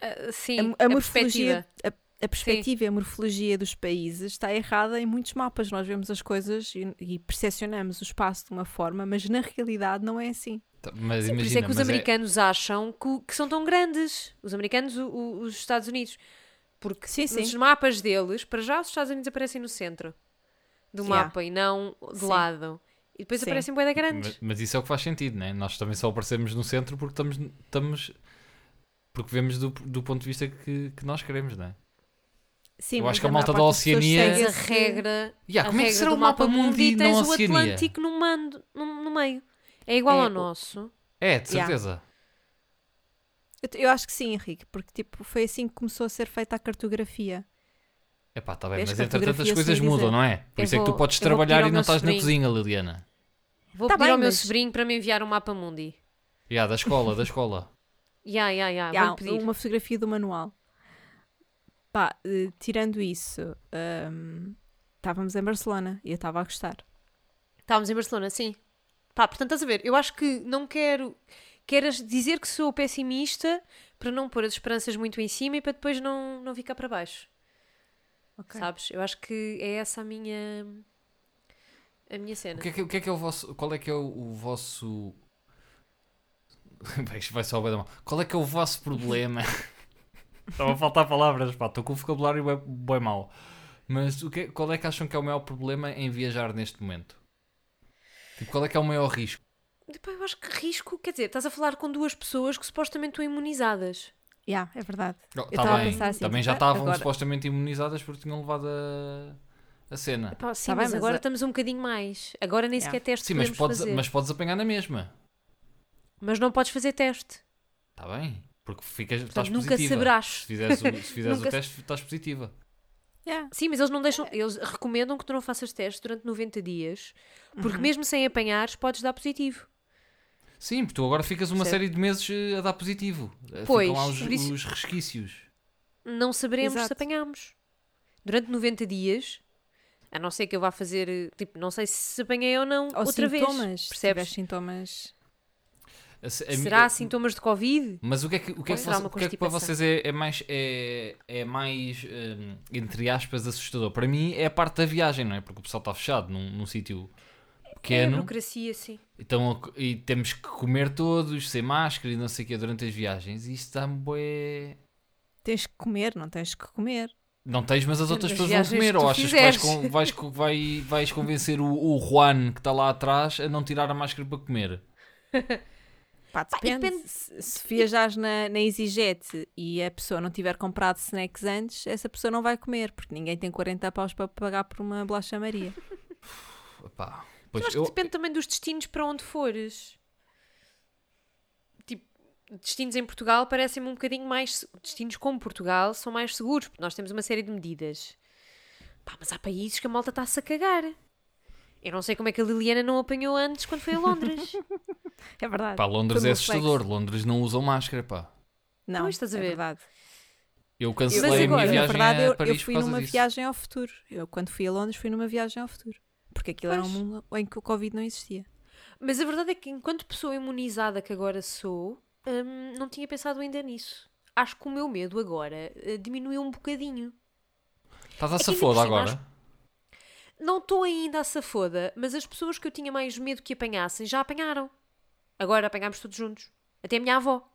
[SPEAKER 3] Ah,
[SPEAKER 1] A-
[SPEAKER 3] sim,
[SPEAKER 1] a,
[SPEAKER 3] a
[SPEAKER 1] morfologia,
[SPEAKER 3] perspectiva.
[SPEAKER 1] a, a perspectiva e a morfologia dos países está errada em muitos mapas. Nós vemos as coisas e, e percepcionamos o espaço de uma forma, mas na realidade não é assim.
[SPEAKER 2] Tá, Mas
[SPEAKER 3] Por
[SPEAKER 2] imagina,
[SPEAKER 3] isso é que os
[SPEAKER 2] mas
[SPEAKER 3] americanos acham que, o- que são tão grandes. Os americanos, o- o- os Estados Unidos. Porque
[SPEAKER 1] Sim, sim.
[SPEAKER 3] nos mapas deles, para já os Estados Unidos aparecem no centro do
[SPEAKER 1] Yeah.
[SPEAKER 3] mapa e não do
[SPEAKER 1] Sim.
[SPEAKER 3] lado. E depois
[SPEAKER 1] Sim.
[SPEAKER 3] aparecem boeda grandes.
[SPEAKER 2] Mas, mas isso é o que faz sentido, né? Nós também só aparecemos no centro porque estamos. estamos porque vemos do, do ponto de vista que, que nós queremos, não é?
[SPEAKER 1] Sim,
[SPEAKER 2] Eu
[SPEAKER 1] mas
[SPEAKER 2] acho que a
[SPEAKER 1] maior
[SPEAKER 2] malta da
[SPEAKER 1] parte das pessoas
[SPEAKER 2] Oceania-
[SPEAKER 1] segue
[SPEAKER 3] Tens a
[SPEAKER 1] esse-
[SPEAKER 3] regra.
[SPEAKER 2] é Yeah,
[SPEAKER 3] a
[SPEAKER 2] como é que
[SPEAKER 3] regra
[SPEAKER 2] será
[SPEAKER 3] do
[SPEAKER 2] o mapa mundi e
[SPEAKER 3] e
[SPEAKER 2] não a
[SPEAKER 3] tens o
[SPEAKER 2] Oceania?
[SPEAKER 3] Atlântico no, mando, no, no meio. É igual
[SPEAKER 1] É,
[SPEAKER 3] ao
[SPEAKER 1] o-
[SPEAKER 3] nosso.
[SPEAKER 2] É, de
[SPEAKER 1] Yeah.
[SPEAKER 2] certeza.
[SPEAKER 1] Eu, te- eu acho que sim, Henrique, porque tipo, foi assim que começou a ser feita a cartografia.
[SPEAKER 2] Epá, tá bem,
[SPEAKER 1] Vês
[SPEAKER 2] mas
[SPEAKER 1] que a
[SPEAKER 2] entretanto as
[SPEAKER 1] fotografia
[SPEAKER 2] coisas
[SPEAKER 1] sem dizer.
[SPEAKER 2] mudam, não é? Por
[SPEAKER 3] Eu
[SPEAKER 2] isso é que tu
[SPEAKER 3] vou-
[SPEAKER 2] podes
[SPEAKER 3] eu vou pedir
[SPEAKER 2] trabalhar
[SPEAKER 3] ao
[SPEAKER 2] e não
[SPEAKER 3] meu
[SPEAKER 2] estás na
[SPEAKER 3] sobrinho.
[SPEAKER 2] cozinha, Liliana.
[SPEAKER 3] Vou
[SPEAKER 1] Tá
[SPEAKER 3] pedir
[SPEAKER 1] bem,
[SPEAKER 3] ao meu
[SPEAKER 1] mas-
[SPEAKER 3] sobrinho para me enviar um mapa mundi.
[SPEAKER 2] Ya, da escola, da escola.
[SPEAKER 1] [laughs]
[SPEAKER 3] Ya, ya, ya.
[SPEAKER 1] E há
[SPEAKER 3] Ah, Vou pedir.
[SPEAKER 1] uma fotografia do manual. Pá, eh, tirando isso, hum, estávamos em Barcelona e eu estava a gostar.
[SPEAKER 3] Estávamos em Barcelona, sim. Pá, portanto, estás a ver, eu acho que não quero. Queres dizer que sou pessimista para não pôr as esperanças muito em cima e para depois não, não ficar para baixo. Sabes? Eu acho que é essa a minha. a minha
[SPEAKER 2] O
[SPEAKER 3] cena.
[SPEAKER 2] que é que, o que é que é o vosso. Qual é que é o, o vosso. [laughs] Bem, isto vai só ao bem da mão. Qual é que é o vosso [laughs] problema? Estão a faltar palavras, pá, estou com o vocabulário bem, bem mau. Mas o que, é- qual é que acham que é o maior problema em viajar neste momento? Tipo, qual é que é o maior risco?
[SPEAKER 3] Depois eu acho que risco. Quer dizer, estás a falar com duas pessoas que supostamente estão imunizadas.
[SPEAKER 1] Yeah, é verdade.
[SPEAKER 2] Oh,
[SPEAKER 1] estava
[SPEAKER 2] tá
[SPEAKER 1] a
[SPEAKER 2] bem,
[SPEAKER 1] pensar assim,
[SPEAKER 2] também já
[SPEAKER 1] ah,
[SPEAKER 2] estavam
[SPEAKER 1] agora-
[SPEAKER 2] supostamente imunizadas porque tinham levado a, a cena.
[SPEAKER 3] Epá, sim,
[SPEAKER 1] Tá bem,
[SPEAKER 3] mas
[SPEAKER 1] mas
[SPEAKER 3] É. agora
[SPEAKER 1] a-
[SPEAKER 3] estamos um bocadinho mais. Agora nem
[SPEAKER 1] Yeah.
[SPEAKER 3] sequer teste
[SPEAKER 2] Sim, mas
[SPEAKER 3] podemos
[SPEAKER 2] podes,
[SPEAKER 3] fazer.
[SPEAKER 2] mas podes apanhar na mesma.
[SPEAKER 3] Mas não podes fazer teste.
[SPEAKER 2] Está bem? Porque ficas, estás
[SPEAKER 3] Portanto, nunca
[SPEAKER 2] positiva. Se
[SPEAKER 3] saberás.
[SPEAKER 2] fizeres, o,
[SPEAKER 3] [laughs]
[SPEAKER 2] se fizeres o
[SPEAKER 3] Nunca-
[SPEAKER 2] teste, estás positiva.
[SPEAKER 1] Yeah.
[SPEAKER 3] Sim, mas eles não deixam,
[SPEAKER 1] É.
[SPEAKER 3] eles recomendam que tu não faças teste durante 90 dias, porque
[SPEAKER 1] Uhum.
[SPEAKER 3] mesmo sem apanhares podes dar positivo.
[SPEAKER 2] Sim, porque tu agora ficas uma
[SPEAKER 1] Percebo.
[SPEAKER 2] série de meses eh, a dar positivo. Eh,
[SPEAKER 3] Pois,
[SPEAKER 2] Ficam lá os,
[SPEAKER 3] por isso-
[SPEAKER 2] os resquícios.
[SPEAKER 3] Não saberemos se
[SPEAKER 1] Exato.
[SPEAKER 3] apanhamos. Durante 90 dias, a não ser que eu vá fazer, eh, tipo, não sei se apanhei ou não
[SPEAKER 1] Ou
[SPEAKER 3] outra
[SPEAKER 1] sintomas,
[SPEAKER 3] vez.
[SPEAKER 1] se
[SPEAKER 3] Percebes?
[SPEAKER 1] tiveres sintomas.
[SPEAKER 2] A se- a mi-
[SPEAKER 3] Será sintomas de Covid?
[SPEAKER 2] Mas o que é que, o que, é
[SPEAKER 3] Ou
[SPEAKER 2] que,
[SPEAKER 3] será
[SPEAKER 2] voce-
[SPEAKER 3] uma
[SPEAKER 2] o que é que para
[SPEAKER 3] constipação?
[SPEAKER 2] vocês é, é mais, é, é mais hum, entre aspas, assustador? Para mim é a parte da viagem, não é? Porque o pessoal está fechado num, num sítio
[SPEAKER 3] É a
[SPEAKER 2] pequeno
[SPEAKER 3] burocracia, sim.
[SPEAKER 2] então, e temos que comer todos, sem máscara e não sei o quê, durante as viagens. E isso dá-me bué...
[SPEAKER 1] Tens que comer, não tens que comer.
[SPEAKER 2] Não tens, mas as
[SPEAKER 3] Durante
[SPEAKER 2] outras
[SPEAKER 3] as
[SPEAKER 2] pessoas vão
[SPEAKER 3] viagens
[SPEAKER 2] comer.
[SPEAKER 3] que
[SPEAKER 2] Ou
[SPEAKER 3] tu
[SPEAKER 2] achas que vais,
[SPEAKER 3] fizeres.
[SPEAKER 2] con- vais, co- vai- vais convencer o, o Juan que está lá atrás a não tirar a máscara para comer?
[SPEAKER 1] Pá,
[SPEAKER 3] Pá,
[SPEAKER 1] depende.
[SPEAKER 3] depende-
[SPEAKER 1] Se, se viajares na, na EasyJet e a pessoa não tiver comprado snacks antes, essa pessoa não vai comer, porque ninguém tem 40 paus para pagar por uma bolacha Maria.
[SPEAKER 2] Epá,
[SPEAKER 3] Mas
[SPEAKER 2] pois
[SPEAKER 3] acho que depende também dos destinos para onde fores. Tipo, destinos em Portugal parecem-me um bocadinho mais. Destinos como Portugal são mais seguros, porque nós temos uma série de medidas. Pá, mas há países que a malta está-se a cagar. Eu não sei como é que a Liliana não apanhou antes quando foi a Londres.
[SPEAKER 1] É verdade.
[SPEAKER 2] Pá, Londres
[SPEAKER 1] Foi
[SPEAKER 2] é
[SPEAKER 1] um reflexo.
[SPEAKER 2] assustador. Londres não usam máscara, pá.
[SPEAKER 1] Não,
[SPEAKER 3] Pois, estás a
[SPEAKER 1] é
[SPEAKER 3] ver.
[SPEAKER 1] verdade.
[SPEAKER 2] Eu
[SPEAKER 1] Eu-
[SPEAKER 2] cancelei
[SPEAKER 1] Mas
[SPEAKER 2] a minha
[SPEAKER 1] agora, na
[SPEAKER 2] viagem
[SPEAKER 1] verdade,
[SPEAKER 2] a
[SPEAKER 1] eu,
[SPEAKER 2] Paris
[SPEAKER 1] eu fui
[SPEAKER 2] por causa
[SPEAKER 1] numa
[SPEAKER 2] disso.
[SPEAKER 1] viagem ao futuro. Eu, quando fui a Londres, fui numa viagem ao futuro. Porque aquilo era um
[SPEAKER 3] Pois.
[SPEAKER 1] mundo em que o Covid não existia.
[SPEAKER 3] mas a verdade é que, enquanto pessoa imunizada que agora sou, hum, não tinha pensado ainda nisso. Acho que o meu medo agora eh, diminuiu um bocadinho.
[SPEAKER 1] É
[SPEAKER 2] Estás a
[SPEAKER 3] que ainda
[SPEAKER 2] safoda
[SPEAKER 3] por cima
[SPEAKER 2] agora?
[SPEAKER 3] Não estou ainda a safoda, mas as pessoas que eu tinha mais medo que apanhassem já apanharam. Agora apanhámos todos juntos. Até a minha avó.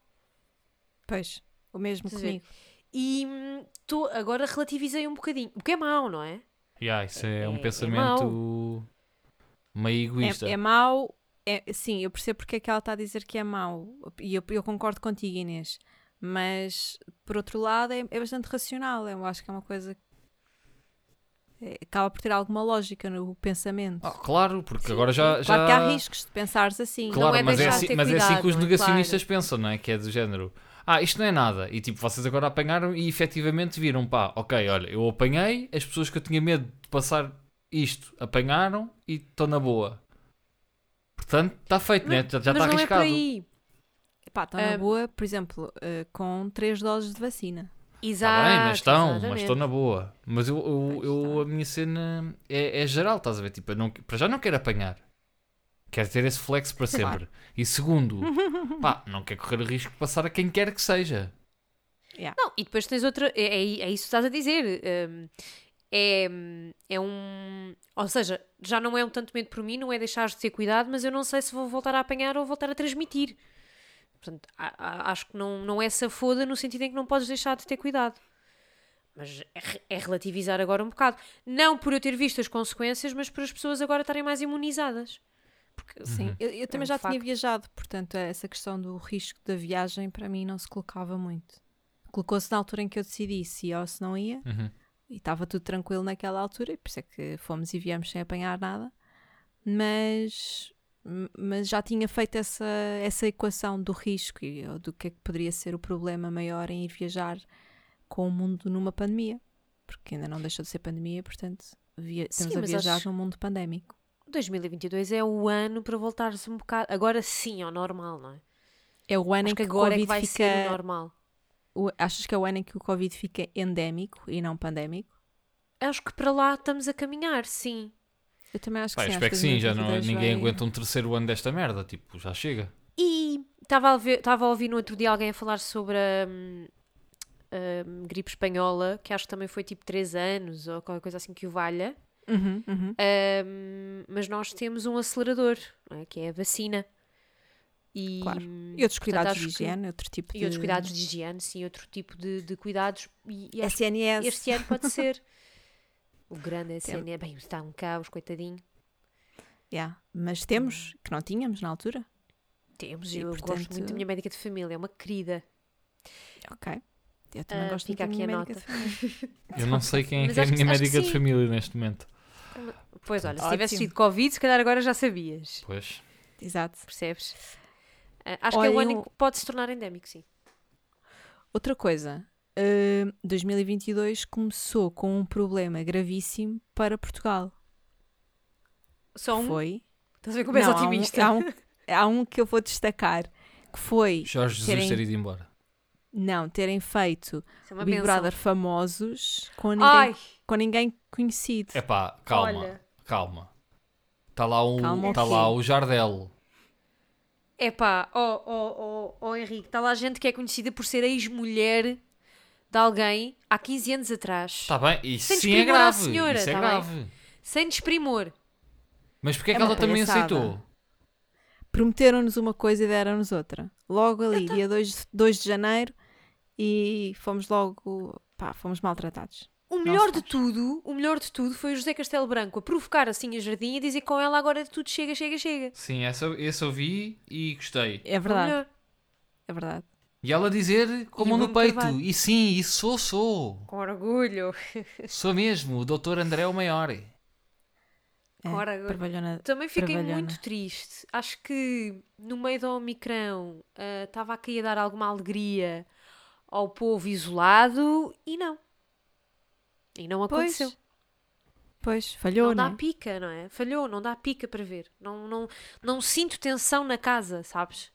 [SPEAKER 1] Pois, o mesmo
[SPEAKER 3] Estás a ver?
[SPEAKER 1] comigo. É,
[SPEAKER 3] E hum, tô, agora relativizei um bocadinho. O que é mau, não é?
[SPEAKER 2] Yeah, isso é,
[SPEAKER 3] É-
[SPEAKER 2] um
[SPEAKER 3] é
[SPEAKER 2] pensamento meio egoísta.
[SPEAKER 1] É, é mau. É, sim, eu percebo porque é que ela está a dizer que é mau. E eu, eu concordo contigo, Inês. Mas, por outro lado, é, é bastante racional. Eu acho que é uma coisa que é, acaba por ter alguma lógica no pensamento.
[SPEAKER 2] Ah, claro, porque agora já. já...
[SPEAKER 1] Claro que há riscos de pensares assim.
[SPEAKER 2] Claro,
[SPEAKER 3] Não é
[SPEAKER 2] mas, é
[SPEAKER 3] deixar de
[SPEAKER 2] assim,
[SPEAKER 3] ter
[SPEAKER 2] mas é
[SPEAKER 3] cuidado,
[SPEAKER 2] assim que os
[SPEAKER 3] não é?
[SPEAKER 2] negacionistas pensam, não é? Que é do género. Ah, isto não é nada. E tipo, vocês agora apanharam e efetivamente viram, pá, ok, olha, eu apanhei, as pessoas que eu tinha medo de passar isto apanharam e estou na boa. Portanto, está feito, né? Já já
[SPEAKER 3] mas
[SPEAKER 2] está
[SPEAKER 3] não é
[SPEAKER 2] arriscado. Tá
[SPEAKER 3] por aí.
[SPEAKER 1] Pá, estão na
[SPEAKER 3] Ah,
[SPEAKER 1] boa, por exemplo, eh, com três doses de vacina.
[SPEAKER 3] Exato.
[SPEAKER 2] Está Tá bem, mas estão, mas
[SPEAKER 3] exatamente.
[SPEAKER 2] estão na boa. Mas eu, eu,
[SPEAKER 1] Pois
[SPEAKER 2] eu-
[SPEAKER 1] está.
[SPEAKER 2] a minha cena é, é geral, estás a ver? Tipo, eu não, para já não quero apanhar. Quero ter esse flex para
[SPEAKER 1] Claro.
[SPEAKER 2] sempre. E
[SPEAKER 3] [laughs]
[SPEAKER 2] segundo, pá, não quero correr o risco de passar a quem quer que seja.
[SPEAKER 3] Não, e depois tens outra. É, é, é isso que estás a dizer. hum, é, hum, é um. Ou seja, já não é um tanto medo por mim, não é deixar de ter cuidado, mas eu não sei se vou voltar a apanhar ou voltar a transmitir. Portanto, a- a- acho que não, não é safoda no sentido em que não podes deixar de ter cuidado. Mas é, re- é relativizar agora um bocado. Não por eu ter visto as consequências, mas por as pessoas agora estarem mais imunizadas. Porque,
[SPEAKER 1] Sim, eu, eu também
[SPEAKER 3] um
[SPEAKER 1] já tinha
[SPEAKER 3] facto.
[SPEAKER 1] viajado, portanto, é essa questão do risco da viagem para mim não se colocava muito. Colocou-se na altura em que eu decidi se ia ou se não ia,
[SPEAKER 2] Uhum.
[SPEAKER 1] e estava tudo tranquilo naquela altura, e por isso é que fomos e viemos sem apanhar nada, mas, m- mas já tinha feito essa, essa equação do risco e ou do que é que poderia ser o problema maior em ir viajar com o mundo numa pandemia, porque ainda não deixou de ser pandemia, portanto, via, estamos
[SPEAKER 3] Sim,
[SPEAKER 1] a
[SPEAKER 3] mas
[SPEAKER 1] viajar
[SPEAKER 3] acho-
[SPEAKER 1] num mundo pandémico.
[SPEAKER 3] 2022 é o ano para voltar-se um bocado. Agora sim ao normal, não é?
[SPEAKER 1] É o ano
[SPEAKER 3] Acho
[SPEAKER 1] em
[SPEAKER 3] que
[SPEAKER 1] que,
[SPEAKER 3] agora é
[SPEAKER 1] o
[SPEAKER 3] que
[SPEAKER 1] Covid
[SPEAKER 3] vai
[SPEAKER 1] fica...
[SPEAKER 3] ser o normal.
[SPEAKER 1] O- achas que é o ano em que o Covid fica endémico e não pandémico?
[SPEAKER 3] Acho que para lá estamos a caminhar, sim.
[SPEAKER 1] Eu também acho que
[SPEAKER 2] Pá, eu
[SPEAKER 1] sim.
[SPEAKER 2] espero que
[SPEAKER 1] acho
[SPEAKER 2] sim, já
[SPEAKER 1] 2022
[SPEAKER 2] não, ninguém
[SPEAKER 1] vai-
[SPEAKER 2] aguenta um terceiro ano desta merda. Tipo, já chega.
[SPEAKER 3] E estava a, ver- estava a ouvir no outro dia alguém a falar sobre a, hum, a gripe espanhola, que acho que também foi tipo 3 anos ou qualquer coisa assim que o valha.
[SPEAKER 1] Uhum, uhum.
[SPEAKER 3] Hum, mas nós temos um acelerador, não é? que é a vacina. E,
[SPEAKER 1] Claro.
[SPEAKER 3] hum,
[SPEAKER 1] E outros cuidados
[SPEAKER 3] acho
[SPEAKER 1] de
[SPEAKER 3] que-
[SPEAKER 1] higiene, outro tipo de...
[SPEAKER 3] e outros cuidados de higiene, sim, outro tipo de, de cuidados. E, e acho
[SPEAKER 1] SNS.
[SPEAKER 3] Este ano pode ser. O grande é
[SPEAKER 1] Tem-
[SPEAKER 3] CNN. Bem, está um caos, coitadinho.
[SPEAKER 1] Yeah. Mas temos,
[SPEAKER 3] Hum.
[SPEAKER 1] que não tínhamos na altura.
[SPEAKER 3] Temos,
[SPEAKER 1] E,
[SPEAKER 3] eu gosto
[SPEAKER 1] portanto-
[SPEAKER 3] muito da minha médica de família, é uma querida.
[SPEAKER 1] Ok. Eu também
[SPEAKER 3] Ah,
[SPEAKER 1] gosto
[SPEAKER 3] fica
[SPEAKER 1] muito da
[SPEAKER 3] aqui
[SPEAKER 1] minha
[SPEAKER 3] a
[SPEAKER 1] médica [laughs] de família.
[SPEAKER 2] Eu não sei quem é,
[SPEAKER 3] Mas
[SPEAKER 2] que é a
[SPEAKER 3] acho que-
[SPEAKER 2] minha
[SPEAKER 3] acho que
[SPEAKER 2] médica de
[SPEAKER 3] sim.
[SPEAKER 2] família neste momento.
[SPEAKER 3] Pois olha, se
[SPEAKER 1] Ótimo.
[SPEAKER 3] tivesse tido Covid, se calhar agora já sabias.
[SPEAKER 2] Pois.
[SPEAKER 1] Exato.
[SPEAKER 3] Percebes? Ah, acho que é o
[SPEAKER 1] Olhem,
[SPEAKER 3] ano em que pode se tornar endémico, sim.
[SPEAKER 1] Outra coisa, hum, 2022 começou com um problema gravíssimo para Portugal.
[SPEAKER 3] Só um.
[SPEAKER 1] Foi.
[SPEAKER 3] Estás a ver como és
[SPEAKER 1] Não, há um-
[SPEAKER 3] otimista?
[SPEAKER 1] Há um, há um que eu vou destacar, que foi
[SPEAKER 2] Jorge Jesus
[SPEAKER 1] Terem-
[SPEAKER 2] ter ido embora.
[SPEAKER 1] não terem feito
[SPEAKER 3] [laughs] Isso é
[SPEAKER 1] o
[SPEAKER 3] uma
[SPEAKER 1] Big
[SPEAKER 3] benção.
[SPEAKER 1] Brother famosos com ninguém,
[SPEAKER 3] Ai,
[SPEAKER 1] com ninguém conhecido.
[SPEAKER 2] É pá, calma,
[SPEAKER 3] Olha.
[SPEAKER 2] calma. Está lá,
[SPEAKER 1] Calma
[SPEAKER 2] um,
[SPEAKER 1] o
[SPEAKER 2] tá
[SPEAKER 1] quê?
[SPEAKER 2] lá o Jardel.
[SPEAKER 3] é pá, ó ó, ó, ó, Henrique, está lá gente que é conhecida por ser ex-mulher de alguém há 15 anos atrás.
[SPEAKER 2] Está bem, isso
[SPEAKER 3] Sem
[SPEAKER 2] sim é
[SPEAKER 3] desprimor à
[SPEAKER 2] grave.
[SPEAKER 3] senhora,
[SPEAKER 2] isso é
[SPEAKER 3] tá bem?
[SPEAKER 2] grave.
[SPEAKER 3] Sem desprimor.
[SPEAKER 2] Mas porquê é
[SPEAKER 1] É
[SPEAKER 2] que
[SPEAKER 1] uma
[SPEAKER 2] ela também
[SPEAKER 1] palhaçada.
[SPEAKER 2] aceitou?
[SPEAKER 1] Prometeram-nos uma coisa e deram-nos outra. Logo ali, dia 2, de- 2 de janeiro, e fomos logo, pá, fomos maltratados.
[SPEAKER 3] O melhor
[SPEAKER 1] se
[SPEAKER 3] de tudo, o melhor de tudo foi o José Castelo Branco a provocar assim a Jardim e a dizer com ela agora tudo chega, chega, chega.
[SPEAKER 2] Sim, essa, esse eu vi e gostei.
[SPEAKER 1] É
[SPEAKER 3] Foi o
[SPEAKER 1] verdade,
[SPEAKER 3] melhor.
[SPEAKER 1] é verdade.
[SPEAKER 2] E ela dizer
[SPEAKER 3] E
[SPEAKER 2] como no
[SPEAKER 3] Bruno
[SPEAKER 2] peito.
[SPEAKER 3] Carvalho.
[SPEAKER 2] E sim, isso sou, sou.
[SPEAKER 3] Com orgulho.
[SPEAKER 2] Sou mesmo, o doutor André o maior.
[SPEAKER 1] É,
[SPEAKER 3] Ora, agora-
[SPEAKER 1] trabalhou
[SPEAKER 3] Também fiquei
[SPEAKER 1] Trabalhona.
[SPEAKER 3] muito triste. Acho que no meio do Omicrão ah, estava a querer dar alguma alegria ao povo isolado e não. E não
[SPEAKER 1] Pois,
[SPEAKER 3] aconteceu.
[SPEAKER 1] Pois,
[SPEAKER 3] não
[SPEAKER 1] falhou,
[SPEAKER 3] dá
[SPEAKER 1] né?
[SPEAKER 3] pica, não é? Falhou, não dá pica para ver. Não, não, não sinto tensão na casa, sabes?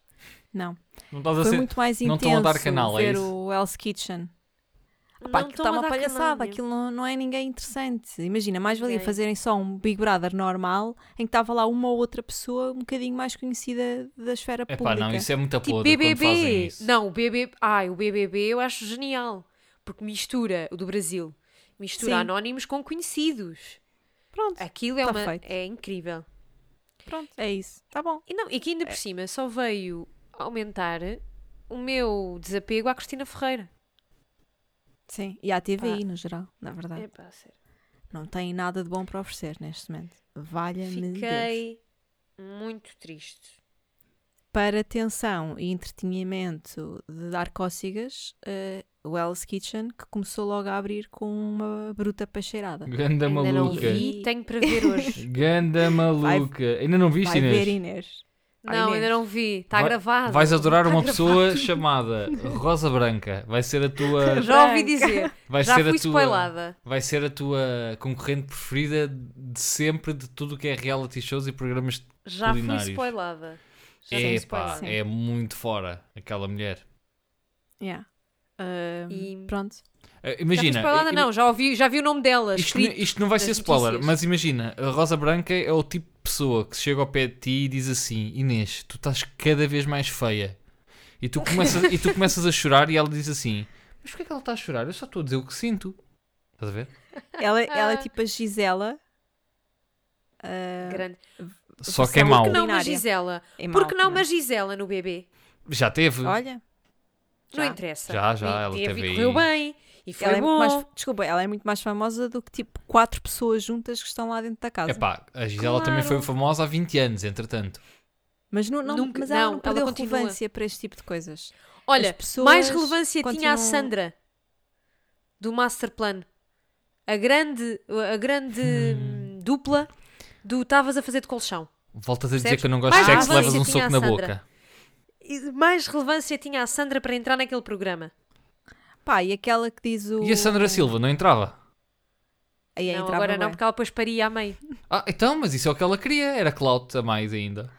[SPEAKER 1] Não.
[SPEAKER 2] Não estás a
[SPEAKER 1] Foi
[SPEAKER 2] ser.
[SPEAKER 1] muito mais
[SPEAKER 2] não
[SPEAKER 1] intenso
[SPEAKER 2] estão a dar canal, é
[SPEAKER 1] ver
[SPEAKER 2] isso?
[SPEAKER 1] o Hell's Kitchen.
[SPEAKER 3] Não
[SPEAKER 1] Pá, aquilo
[SPEAKER 3] estão
[SPEAKER 1] está
[SPEAKER 3] a
[SPEAKER 1] uma
[SPEAKER 3] dar
[SPEAKER 1] palhaçada,
[SPEAKER 3] canalha.
[SPEAKER 1] aquilo não, não é ninguém interessante. Imagina, mais valia
[SPEAKER 3] Ninguém.
[SPEAKER 1] fazerem só um Big Brother normal em que estava lá uma ou outra pessoa um bocadinho mais conhecida da esfera
[SPEAKER 2] É pá,
[SPEAKER 1] pública.
[SPEAKER 2] não, isso é muita
[SPEAKER 3] Tipo
[SPEAKER 2] podre quando fazem
[SPEAKER 3] BBB.
[SPEAKER 2] isso.
[SPEAKER 3] Não, o BBB. Ai, o BBB eu acho genial. Porque mistura o do Brasil. Mistura
[SPEAKER 1] Sim.
[SPEAKER 3] anónimos com conhecidos.
[SPEAKER 1] Pronto,
[SPEAKER 3] Aquilo é,
[SPEAKER 1] Tá
[SPEAKER 3] uma,
[SPEAKER 1] feito.
[SPEAKER 3] é incrível.
[SPEAKER 1] pronto, é isso. Tá bom.
[SPEAKER 3] E, não, e que ainda
[SPEAKER 2] É.
[SPEAKER 3] por cima só veio aumentar o meu desapego à Cristina Ferreira.
[SPEAKER 1] Sim, e à TVI no geral, na verdade.
[SPEAKER 3] É pá, sério.
[SPEAKER 1] Não tem nada de bom para oferecer neste momento. Valha-me Deus.
[SPEAKER 3] Fiquei muito triste.
[SPEAKER 1] Para tensão e entretinimento de dar cócegas, eh, o Hell's Kitchen, que começou logo a abrir com uma bruta pacheirada.
[SPEAKER 2] Ganda
[SPEAKER 3] ainda não
[SPEAKER 2] é maluca.
[SPEAKER 3] vi, tenho para
[SPEAKER 2] [laughs]
[SPEAKER 3] ver hoje.
[SPEAKER 2] Ganda maluca. Ainda não viste,
[SPEAKER 1] Vai
[SPEAKER 2] Inês?
[SPEAKER 1] ver, Inês. Ai,
[SPEAKER 3] não, ainda
[SPEAKER 1] Inês.
[SPEAKER 3] não vi. Está
[SPEAKER 2] Vai-
[SPEAKER 3] gravado.
[SPEAKER 2] Vais adorar
[SPEAKER 3] Tá
[SPEAKER 2] uma
[SPEAKER 3] gravado.
[SPEAKER 2] pessoa chamada Rosa Branca. Vai ser a
[SPEAKER 3] [laughs]
[SPEAKER 2] tua.
[SPEAKER 3] Já ouvi
[SPEAKER 1] Branca.
[SPEAKER 3] dizer.
[SPEAKER 2] Vai
[SPEAKER 3] já
[SPEAKER 2] ser
[SPEAKER 3] fui
[SPEAKER 2] a tua.
[SPEAKER 3] spoilada.
[SPEAKER 2] Vai ser a tua concorrente preferida de sempre de tudo o que é reality shows e programas de
[SPEAKER 3] Já
[SPEAKER 2] Culinários.
[SPEAKER 3] fui spoilada. Já fui
[SPEAKER 2] Epá,
[SPEAKER 3] spoilada.
[SPEAKER 1] Sim.
[SPEAKER 2] é muito fora aquela mulher.
[SPEAKER 1] Yeah. Ah,
[SPEAKER 3] E-
[SPEAKER 1] Pronto. [laughs]
[SPEAKER 2] Eh,
[SPEAKER 3] já fui
[SPEAKER 2] Imagina.
[SPEAKER 3] spoilada,
[SPEAKER 2] im-
[SPEAKER 3] não. Já, ouvi, já vi o nome dela.
[SPEAKER 2] Isto,
[SPEAKER 3] escrito.
[SPEAKER 2] isto não vai
[SPEAKER 3] nas
[SPEAKER 2] ser spoiler,
[SPEAKER 3] notícias.
[SPEAKER 2] mas imagina, a Rosa Branca é o tipo de pessoa que chega ao pé de ti e diz assim: Inês, tu estás cada vez mais feia. E tu começas, e tu começas a chorar e ela diz assim: Mas porquê é que ela está a chorar? Eu só estou a dizer o que sinto. Estás a ver?
[SPEAKER 1] Ela, ela é tipo a Gisela.
[SPEAKER 2] é-
[SPEAKER 1] ah,
[SPEAKER 3] Grande.
[SPEAKER 2] Só que é
[SPEAKER 1] Porque
[SPEAKER 2] mau.
[SPEAKER 3] Não, mas
[SPEAKER 1] Culinária.
[SPEAKER 3] Gisela.
[SPEAKER 1] é mau
[SPEAKER 3] Porque não,
[SPEAKER 1] também.
[SPEAKER 3] mas Gisela no bebê.
[SPEAKER 2] Já teve.
[SPEAKER 1] Olha,
[SPEAKER 3] Não
[SPEAKER 1] Já.
[SPEAKER 3] interessa.
[SPEAKER 2] Já, já,
[SPEAKER 3] E
[SPEAKER 2] ela
[SPEAKER 3] teve
[SPEAKER 2] teve
[SPEAKER 3] e
[SPEAKER 2] aí.
[SPEAKER 3] correu bem. E foi
[SPEAKER 1] ela é
[SPEAKER 3] bom.
[SPEAKER 1] muito mais, desculpa, ela é muito mais famosa do que tipo quatro pessoas juntas que estão lá dentro da casa.
[SPEAKER 2] Epá, a Gisela
[SPEAKER 3] Claro.
[SPEAKER 2] também foi famosa há 20 anos, entretanto.
[SPEAKER 1] Mas, não, não-
[SPEAKER 3] Nunca-
[SPEAKER 1] mas ela
[SPEAKER 3] não,
[SPEAKER 1] não
[SPEAKER 3] ela
[SPEAKER 1] perdeu
[SPEAKER 3] continua.
[SPEAKER 1] relevância para este tipo de coisas.
[SPEAKER 3] Olha,
[SPEAKER 1] As pessoas
[SPEAKER 3] mais relevância tinha a
[SPEAKER 1] continuam-
[SPEAKER 3] Sandra do Master Plan. A grande, a grande hum, dupla do Estavas a fazer de colchão.
[SPEAKER 2] Voltas a dizer
[SPEAKER 3] Percebes?
[SPEAKER 2] que eu não gosto
[SPEAKER 3] Mais
[SPEAKER 2] de sexo,
[SPEAKER 3] relevância
[SPEAKER 2] levas um
[SPEAKER 3] tinha
[SPEAKER 2] soco
[SPEAKER 3] a
[SPEAKER 2] na
[SPEAKER 3] Sandra.
[SPEAKER 2] boca.
[SPEAKER 3] E mais relevância tinha a Sandra para entrar naquele programa.
[SPEAKER 1] Pá, e aquela que diz o.
[SPEAKER 2] E a Sandra Silva não entrava?
[SPEAKER 1] Aí
[SPEAKER 3] não,
[SPEAKER 1] entrava
[SPEAKER 3] agora
[SPEAKER 1] bem.
[SPEAKER 3] não, porque ela depois paria a meio.
[SPEAKER 2] Ah, então, mas isso é o que ela queria, era clout a mais ainda.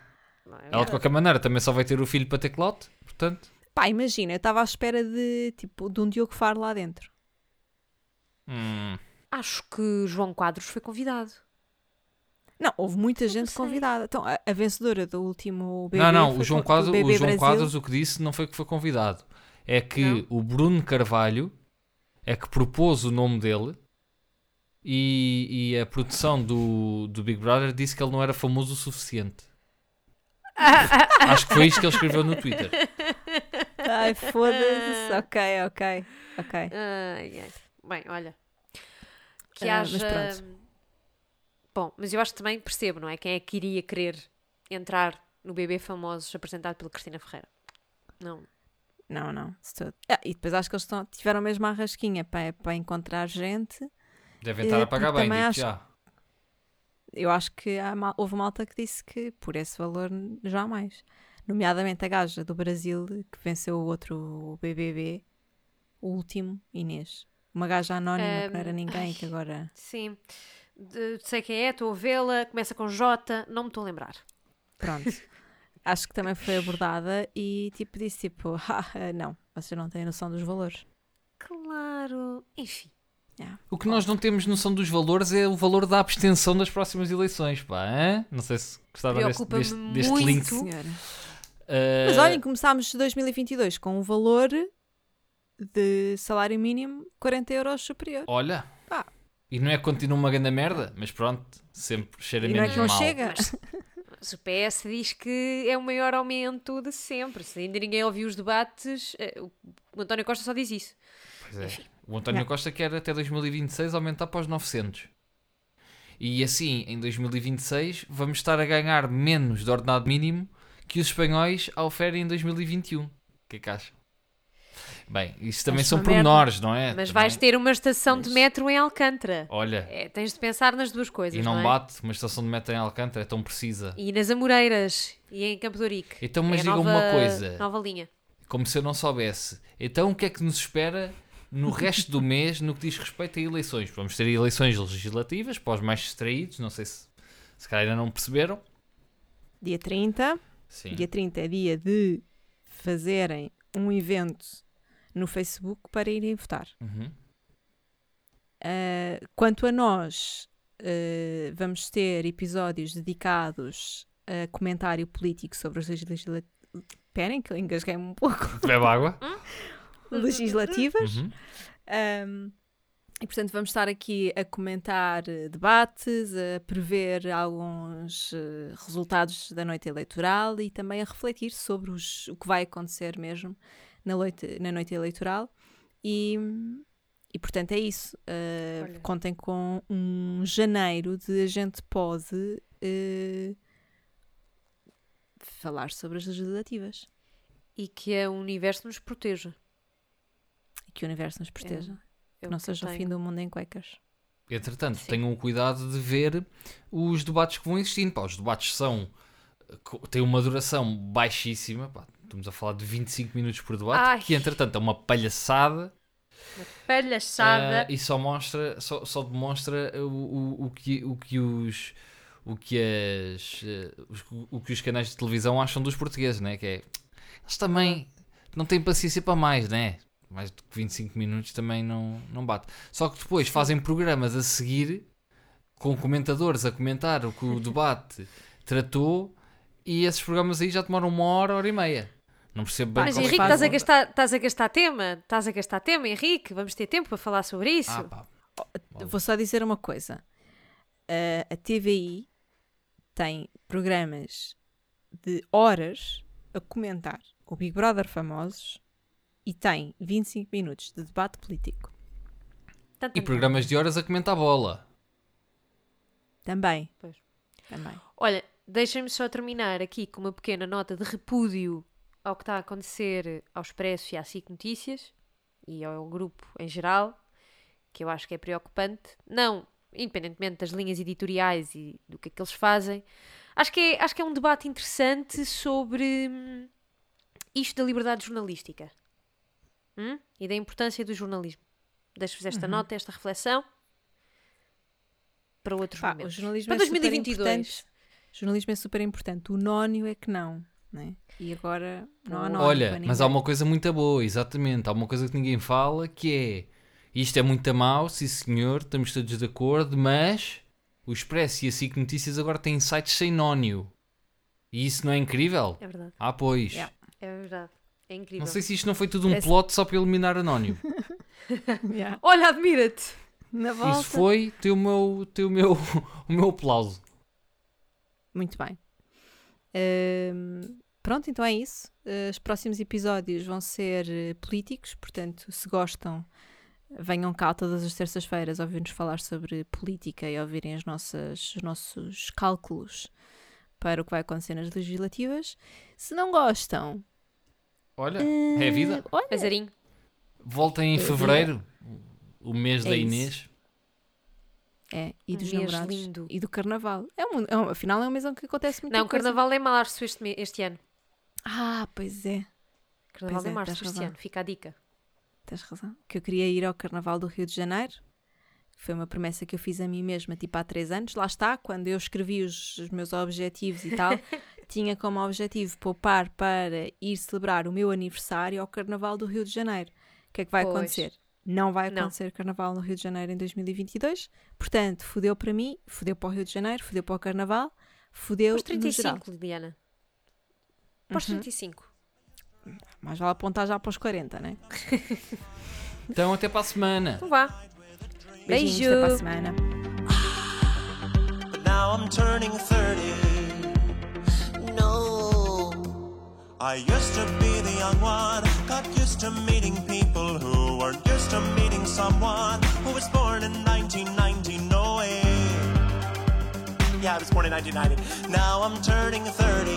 [SPEAKER 3] Não, é
[SPEAKER 2] Ela
[SPEAKER 3] verdade.
[SPEAKER 2] de qualquer maneira também só vai ter o filho para ter clout, portanto.
[SPEAKER 1] Pá, imagina, eu estava à espera de tipo de um Diogo Faro lá dentro.
[SPEAKER 2] Hum,
[SPEAKER 3] Acho que João Quadros foi convidado.
[SPEAKER 1] Não, houve muita gente
[SPEAKER 3] sei.
[SPEAKER 1] convidada. Então, a, a vencedora do último BB
[SPEAKER 2] não, não, o
[SPEAKER 1] foi co-
[SPEAKER 2] João,
[SPEAKER 1] do
[SPEAKER 2] Quadro-
[SPEAKER 1] BB
[SPEAKER 2] o João
[SPEAKER 1] Brasil.
[SPEAKER 2] Quadros o que disse não foi que foi convidado. É que
[SPEAKER 3] Não.
[SPEAKER 2] o Bruno Carvalho é que propôs o nome dele e, e a produção do, do Big Brother disse que ele não era famoso o [laughs] suficiente. Acho que foi isto que ele escreveu no Twitter.
[SPEAKER 1] Ai, [laughs] foda-se. ok, ok, ok.
[SPEAKER 3] Ai, ai. Bem, olha. Que
[SPEAKER 1] Ah, mas
[SPEAKER 3] haja.
[SPEAKER 1] pronto.
[SPEAKER 3] Bom, mas eu acho que também percebo, não é? Quem é que iria querer entrar no BB Famosos apresentado pela Cristina Ferreira? Não.
[SPEAKER 1] Não, não, de todo. Ah, e depois acho que eles estão- tiveram mesmo a rasquinha para, para encontrar gente.
[SPEAKER 2] Devem estar
[SPEAKER 1] Eh,
[SPEAKER 2] a pagar
[SPEAKER 1] porque
[SPEAKER 2] bem,
[SPEAKER 1] também
[SPEAKER 2] digo
[SPEAKER 1] acho-
[SPEAKER 2] já.
[SPEAKER 1] eu acho que há mal- houve malta que disse que por esse valor n- jamais. Nomeadamente a gaja do Brasil que venceu o outro BBB, o último, Inês. Uma gaja anónima que não era
[SPEAKER 3] Ahm,
[SPEAKER 1] ninguém
[SPEAKER 3] ai.
[SPEAKER 1] que [laughs] agora.
[SPEAKER 3] Sim. De- sei quem é, estou a vê-la, começa com J, não me estou a lembrar.
[SPEAKER 1] Pronto. acho que também foi abordada e tipo disse tipo, [laughs] "Ah, não, vocês não têm noção dos valores.
[SPEAKER 3] Claro. Enfim.
[SPEAKER 2] O que nós não temos noção dos valores é o valor da abstenção das próximas eleições, pá. hã? Não sei se gostaram deste,
[SPEAKER 3] Preocupa-me
[SPEAKER 2] deste, deste
[SPEAKER 3] muito.
[SPEAKER 2] link.
[SPEAKER 1] Senhora.
[SPEAKER 2] Eh,
[SPEAKER 1] Mas olhem, começámos 2022 com um valor de salário mínimo 40 euros superior.
[SPEAKER 2] Olha.
[SPEAKER 1] Pá.
[SPEAKER 2] E não é que continua uma grande merda, mas pronto, sempre cheira
[SPEAKER 1] E não é
[SPEAKER 2] menos
[SPEAKER 1] que não
[SPEAKER 2] mal.
[SPEAKER 1] chega.
[SPEAKER 3] Mas o PS diz que é o maior aumento de sempre. Se ainda ninguém ouviu os debates, eh, o o António Costa só diz isso.
[SPEAKER 2] Pois é. O António Costa quer até 2026 aumentar para os 900. E assim, em 2026, vamos estar a ganhar menos de ordenado mínimo que os espanhóis oferem em 2021. O que é que acham? Bem, isso também
[SPEAKER 3] Acho
[SPEAKER 2] são
[SPEAKER 3] uma merda.
[SPEAKER 2] pormenores, não é?
[SPEAKER 3] Mas
[SPEAKER 2] Também-
[SPEAKER 3] vais ter uma estação de
[SPEAKER 2] Mas-
[SPEAKER 3] metro em Alcântara.
[SPEAKER 2] Olha,
[SPEAKER 3] É, tens de pensar nas duas coisas.
[SPEAKER 2] e não,
[SPEAKER 3] é?
[SPEAKER 2] bate, uma estação de meta em Alcântara é tão precisa.
[SPEAKER 3] E nas Amoreiras e em Campo de Ourique.
[SPEAKER 2] Então, mas
[SPEAKER 3] é
[SPEAKER 2] digam-me
[SPEAKER 3] nova-
[SPEAKER 2] uma coisa.
[SPEAKER 3] Nova linha.
[SPEAKER 2] Como se eu não soubesse. Então o que é que nos espera no resto do mês no que diz respeito a eleições? Vamos ter eleições legislativas para os mais distraídos, não sei se, se calhar ainda não perceberam.
[SPEAKER 1] Dia 30.
[SPEAKER 2] Sim.
[SPEAKER 1] Dia 30 é dia de fazerem um evento no Facebook para irem votar.
[SPEAKER 2] Uhum.
[SPEAKER 1] Uh, quanto a nós, uh, vamos ter episódios dedicados a comentário político sobre os legislativos. Esperem que eu engasguei-me um pouco. [laughs]
[SPEAKER 2] Bebe
[SPEAKER 3] [laughs]
[SPEAKER 2] água.
[SPEAKER 1] Legislativas.
[SPEAKER 2] Uhum.
[SPEAKER 1] Um, e portanto vamos estar aqui a comentar eh, debates, a prever alguns eh, resultados da noite eleitoral e também a refletir sobre os- o que vai acontecer mesmo na noite, na noite eleitoral. E, e, portanto é isso. Eh,
[SPEAKER 3] Olha.
[SPEAKER 1] contem com um janeiro de a gente pode eh, falar sobre as legislativas
[SPEAKER 3] E que é o universo nos proteja.
[SPEAKER 1] e que o universo nos proteja.
[SPEAKER 3] É o
[SPEAKER 1] não
[SPEAKER 3] que
[SPEAKER 1] seja
[SPEAKER 3] eu
[SPEAKER 1] o
[SPEAKER 3] tenho.
[SPEAKER 1] fim do mundo em cuecas.
[SPEAKER 2] Entretanto,
[SPEAKER 3] Sim.
[SPEAKER 2] tenham cuidado de ver os debates que vão existindo. Pá, os debates são co- têm uma duração baixíssima. Pá, estamos a falar de 25 minutos por debate,
[SPEAKER 3] Ai.
[SPEAKER 2] que entretanto é uma palhaçada.
[SPEAKER 3] Palhaçada.
[SPEAKER 2] Ah, e só mostra, só, só demonstra o, o, o, que, o que os o que as eh, os- o que os canais de televisão acham dos portugueses, né? Que é eles também não têm paciência para mais, né? Mais do que 25 minutos também não, não bate. Só que depois fazem programas a seguir com comentadores a comentar o que
[SPEAKER 3] [laughs]
[SPEAKER 2] o debate tratou e esses programas aí já demoram uma hora, hora e meia. Não percebo bem
[SPEAKER 3] Mas
[SPEAKER 2] como é que
[SPEAKER 3] Henrique,
[SPEAKER 1] faz
[SPEAKER 3] estás a,
[SPEAKER 1] onda.
[SPEAKER 3] gastar, estás a gastar tema? Estás a gastar tema, Henrique? Vamos ter tempo para falar sobre isso?
[SPEAKER 2] Ah, pá. Bom.
[SPEAKER 1] Vou só dizer uma coisa. Eh, a TVI tem programas de horas a comentar o Big Brother famosos e tem 25 minutos de debate político.
[SPEAKER 3] Tanto
[SPEAKER 2] E programas de horas a comentar bola.
[SPEAKER 1] Também.
[SPEAKER 3] Pois.
[SPEAKER 1] Também.
[SPEAKER 3] Olha, deixem-me só terminar aqui com uma pequena nota de repúdio ao que está a acontecer ao Expresso e à SIC Notícias e ao grupo em geral, que eu acho que é preocupante. Não, independentemente das linhas editoriais e do que é que eles fazem, acho que é, acho que é um debate interessante sobre hum, isto da liberdade jornalística hum? e da importância do jornalismo. Deixo-vos esta
[SPEAKER 1] Uhum.
[SPEAKER 3] nota, esta reflexão para outros
[SPEAKER 1] Pá, o
[SPEAKER 3] momentos.
[SPEAKER 1] jornalismo
[SPEAKER 3] Para
[SPEAKER 1] é super
[SPEAKER 3] 2022.
[SPEAKER 1] importante. O jornalismo é super importante. O nónio é que não. Né? E agora não há nónio.
[SPEAKER 2] Olha,
[SPEAKER 1] para
[SPEAKER 2] mas há
[SPEAKER 1] ninguém.
[SPEAKER 2] uma coisa muito boa, exatamente. Há uma coisa que ninguém fala que é isto é muito a mau, sim senhor, estamos todos de acordo, mas o Expresso e a SIC Notícias agora têm sites sem nónio. E isso não é incrível?
[SPEAKER 3] É verdade.
[SPEAKER 2] Ah, pois.
[SPEAKER 1] Yeah.
[SPEAKER 3] É verdade. É incrível.
[SPEAKER 2] Não sei se isto não foi tudo um
[SPEAKER 1] Parece-
[SPEAKER 2] plot só para
[SPEAKER 1] [laughs]
[SPEAKER 2] eliminar anónimo.
[SPEAKER 1] [laughs] Yeah.
[SPEAKER 3] Olha, admira-te!
[SPEAKER 1] Na volta.
[SPEAKER 2] isso foi teu meu, teu meu, [laughs] o meu aplauso.
[SPEAKER 1] Muito bem. Ahm, pronto, então é isso. Eh, os próximos episódios vão ser eh, políticos, portanto, se gostam, venham cá todas as terças-feiras ouvir-nos falar sobre política e ouvirem as nossas, os nossos cálculos para o que vai acontecer nas legislativas. Se não gostam,
[SPEAKER 2] Olha,
[SPEAKER 1] Eh,
[SPEAKER 2] é a vida.
[SPEAKER 1] olha,
[SPEAKER 3] Azarinho.
[SPEAKER 2] Voltem em
[SPEAKER 1] vida.
[SPEAKER 2] fevereiro, o mês
[SPEAKER 1] eh, É
[SPEAKER 2] da
[SPEAKER 1] isso.
[SPEAKER 2] Inês.
[SPEAKER 1] É, e dos
[SPEAKER 3] mês
[SPEAKER 1] namorados.
[SPEAKER 3] lindo.
[SPEAKER 1] E do carnaval. É um, é um- afinal, é um mês em que acontece muita
[SPEAKER 3] Não, o
[SPEAKER 1] coisa.
[SPEAKER 3] carnaval é em março este, me- este ano.
[SPEAKER 1] Ah, pois é.
[SPEAKER 3] Carnaval
[SPEAKER 1] Pois
[SPEAKER 3] em
[SPEAKER 1] é, tens
[SPEAKER 3] março este
[SPEAKER 1] razão.
[SPEAKER 3] ano, fica a dica.
[SPEAKER 1] Tens razão. Que eu queria ir ao Carnaval do Rio de Janeiro. Foi uma promessa que eu fiz a mim mesma, tipo há três anos. Lá está, quando eu escrevi os, os meus objetivos e
[SPEAKER 3] [laughs]
[SPEAKER 1] tal, tinha como objetivo poupar para ir celebrar o meu aniversário ao Carnaval do Rio de Janeiro. O que é que vai
[SPEAKER 3] Pois.
[SPEAKER 1] acontecer? Não vai
[SPEAKER 3] Não.
[SPEAKER 1] acontecer Carnaval no Rio de Janeiro em 2022. Portanto, fudeu para mim, fudeu para o Rio de Janeiro, fudeu para o Carnaval, fudeu
[SPEAKER 3] Aos
[SPEAKER 1] no geral.
[SPEAKER 3] 35, Liliana. Aos 35.
[SPEAKER 1] Mas vale apontar já para os 40, né?
[SPEAKER 2] Então até para a semana.
[SPEAKER 3] Então vá.
[SPEAKER 1] Beijinhos,
[SPEAKER 3] Beijo.
[SPEAKER 1] até para a semana.
[SPEAKER 4] But now I'm turning 30. No. I used to be the young one, got used to meeting people who weren't used to meeting someone who was born in 1990. No way. Yeah, I was born in 1990. Now I'm turning 30.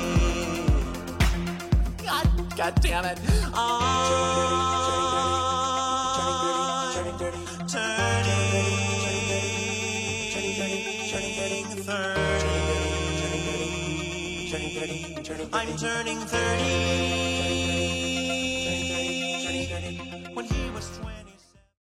[SPEAKER 4] God, God damn it. I'm turning 30. I'm turning 30.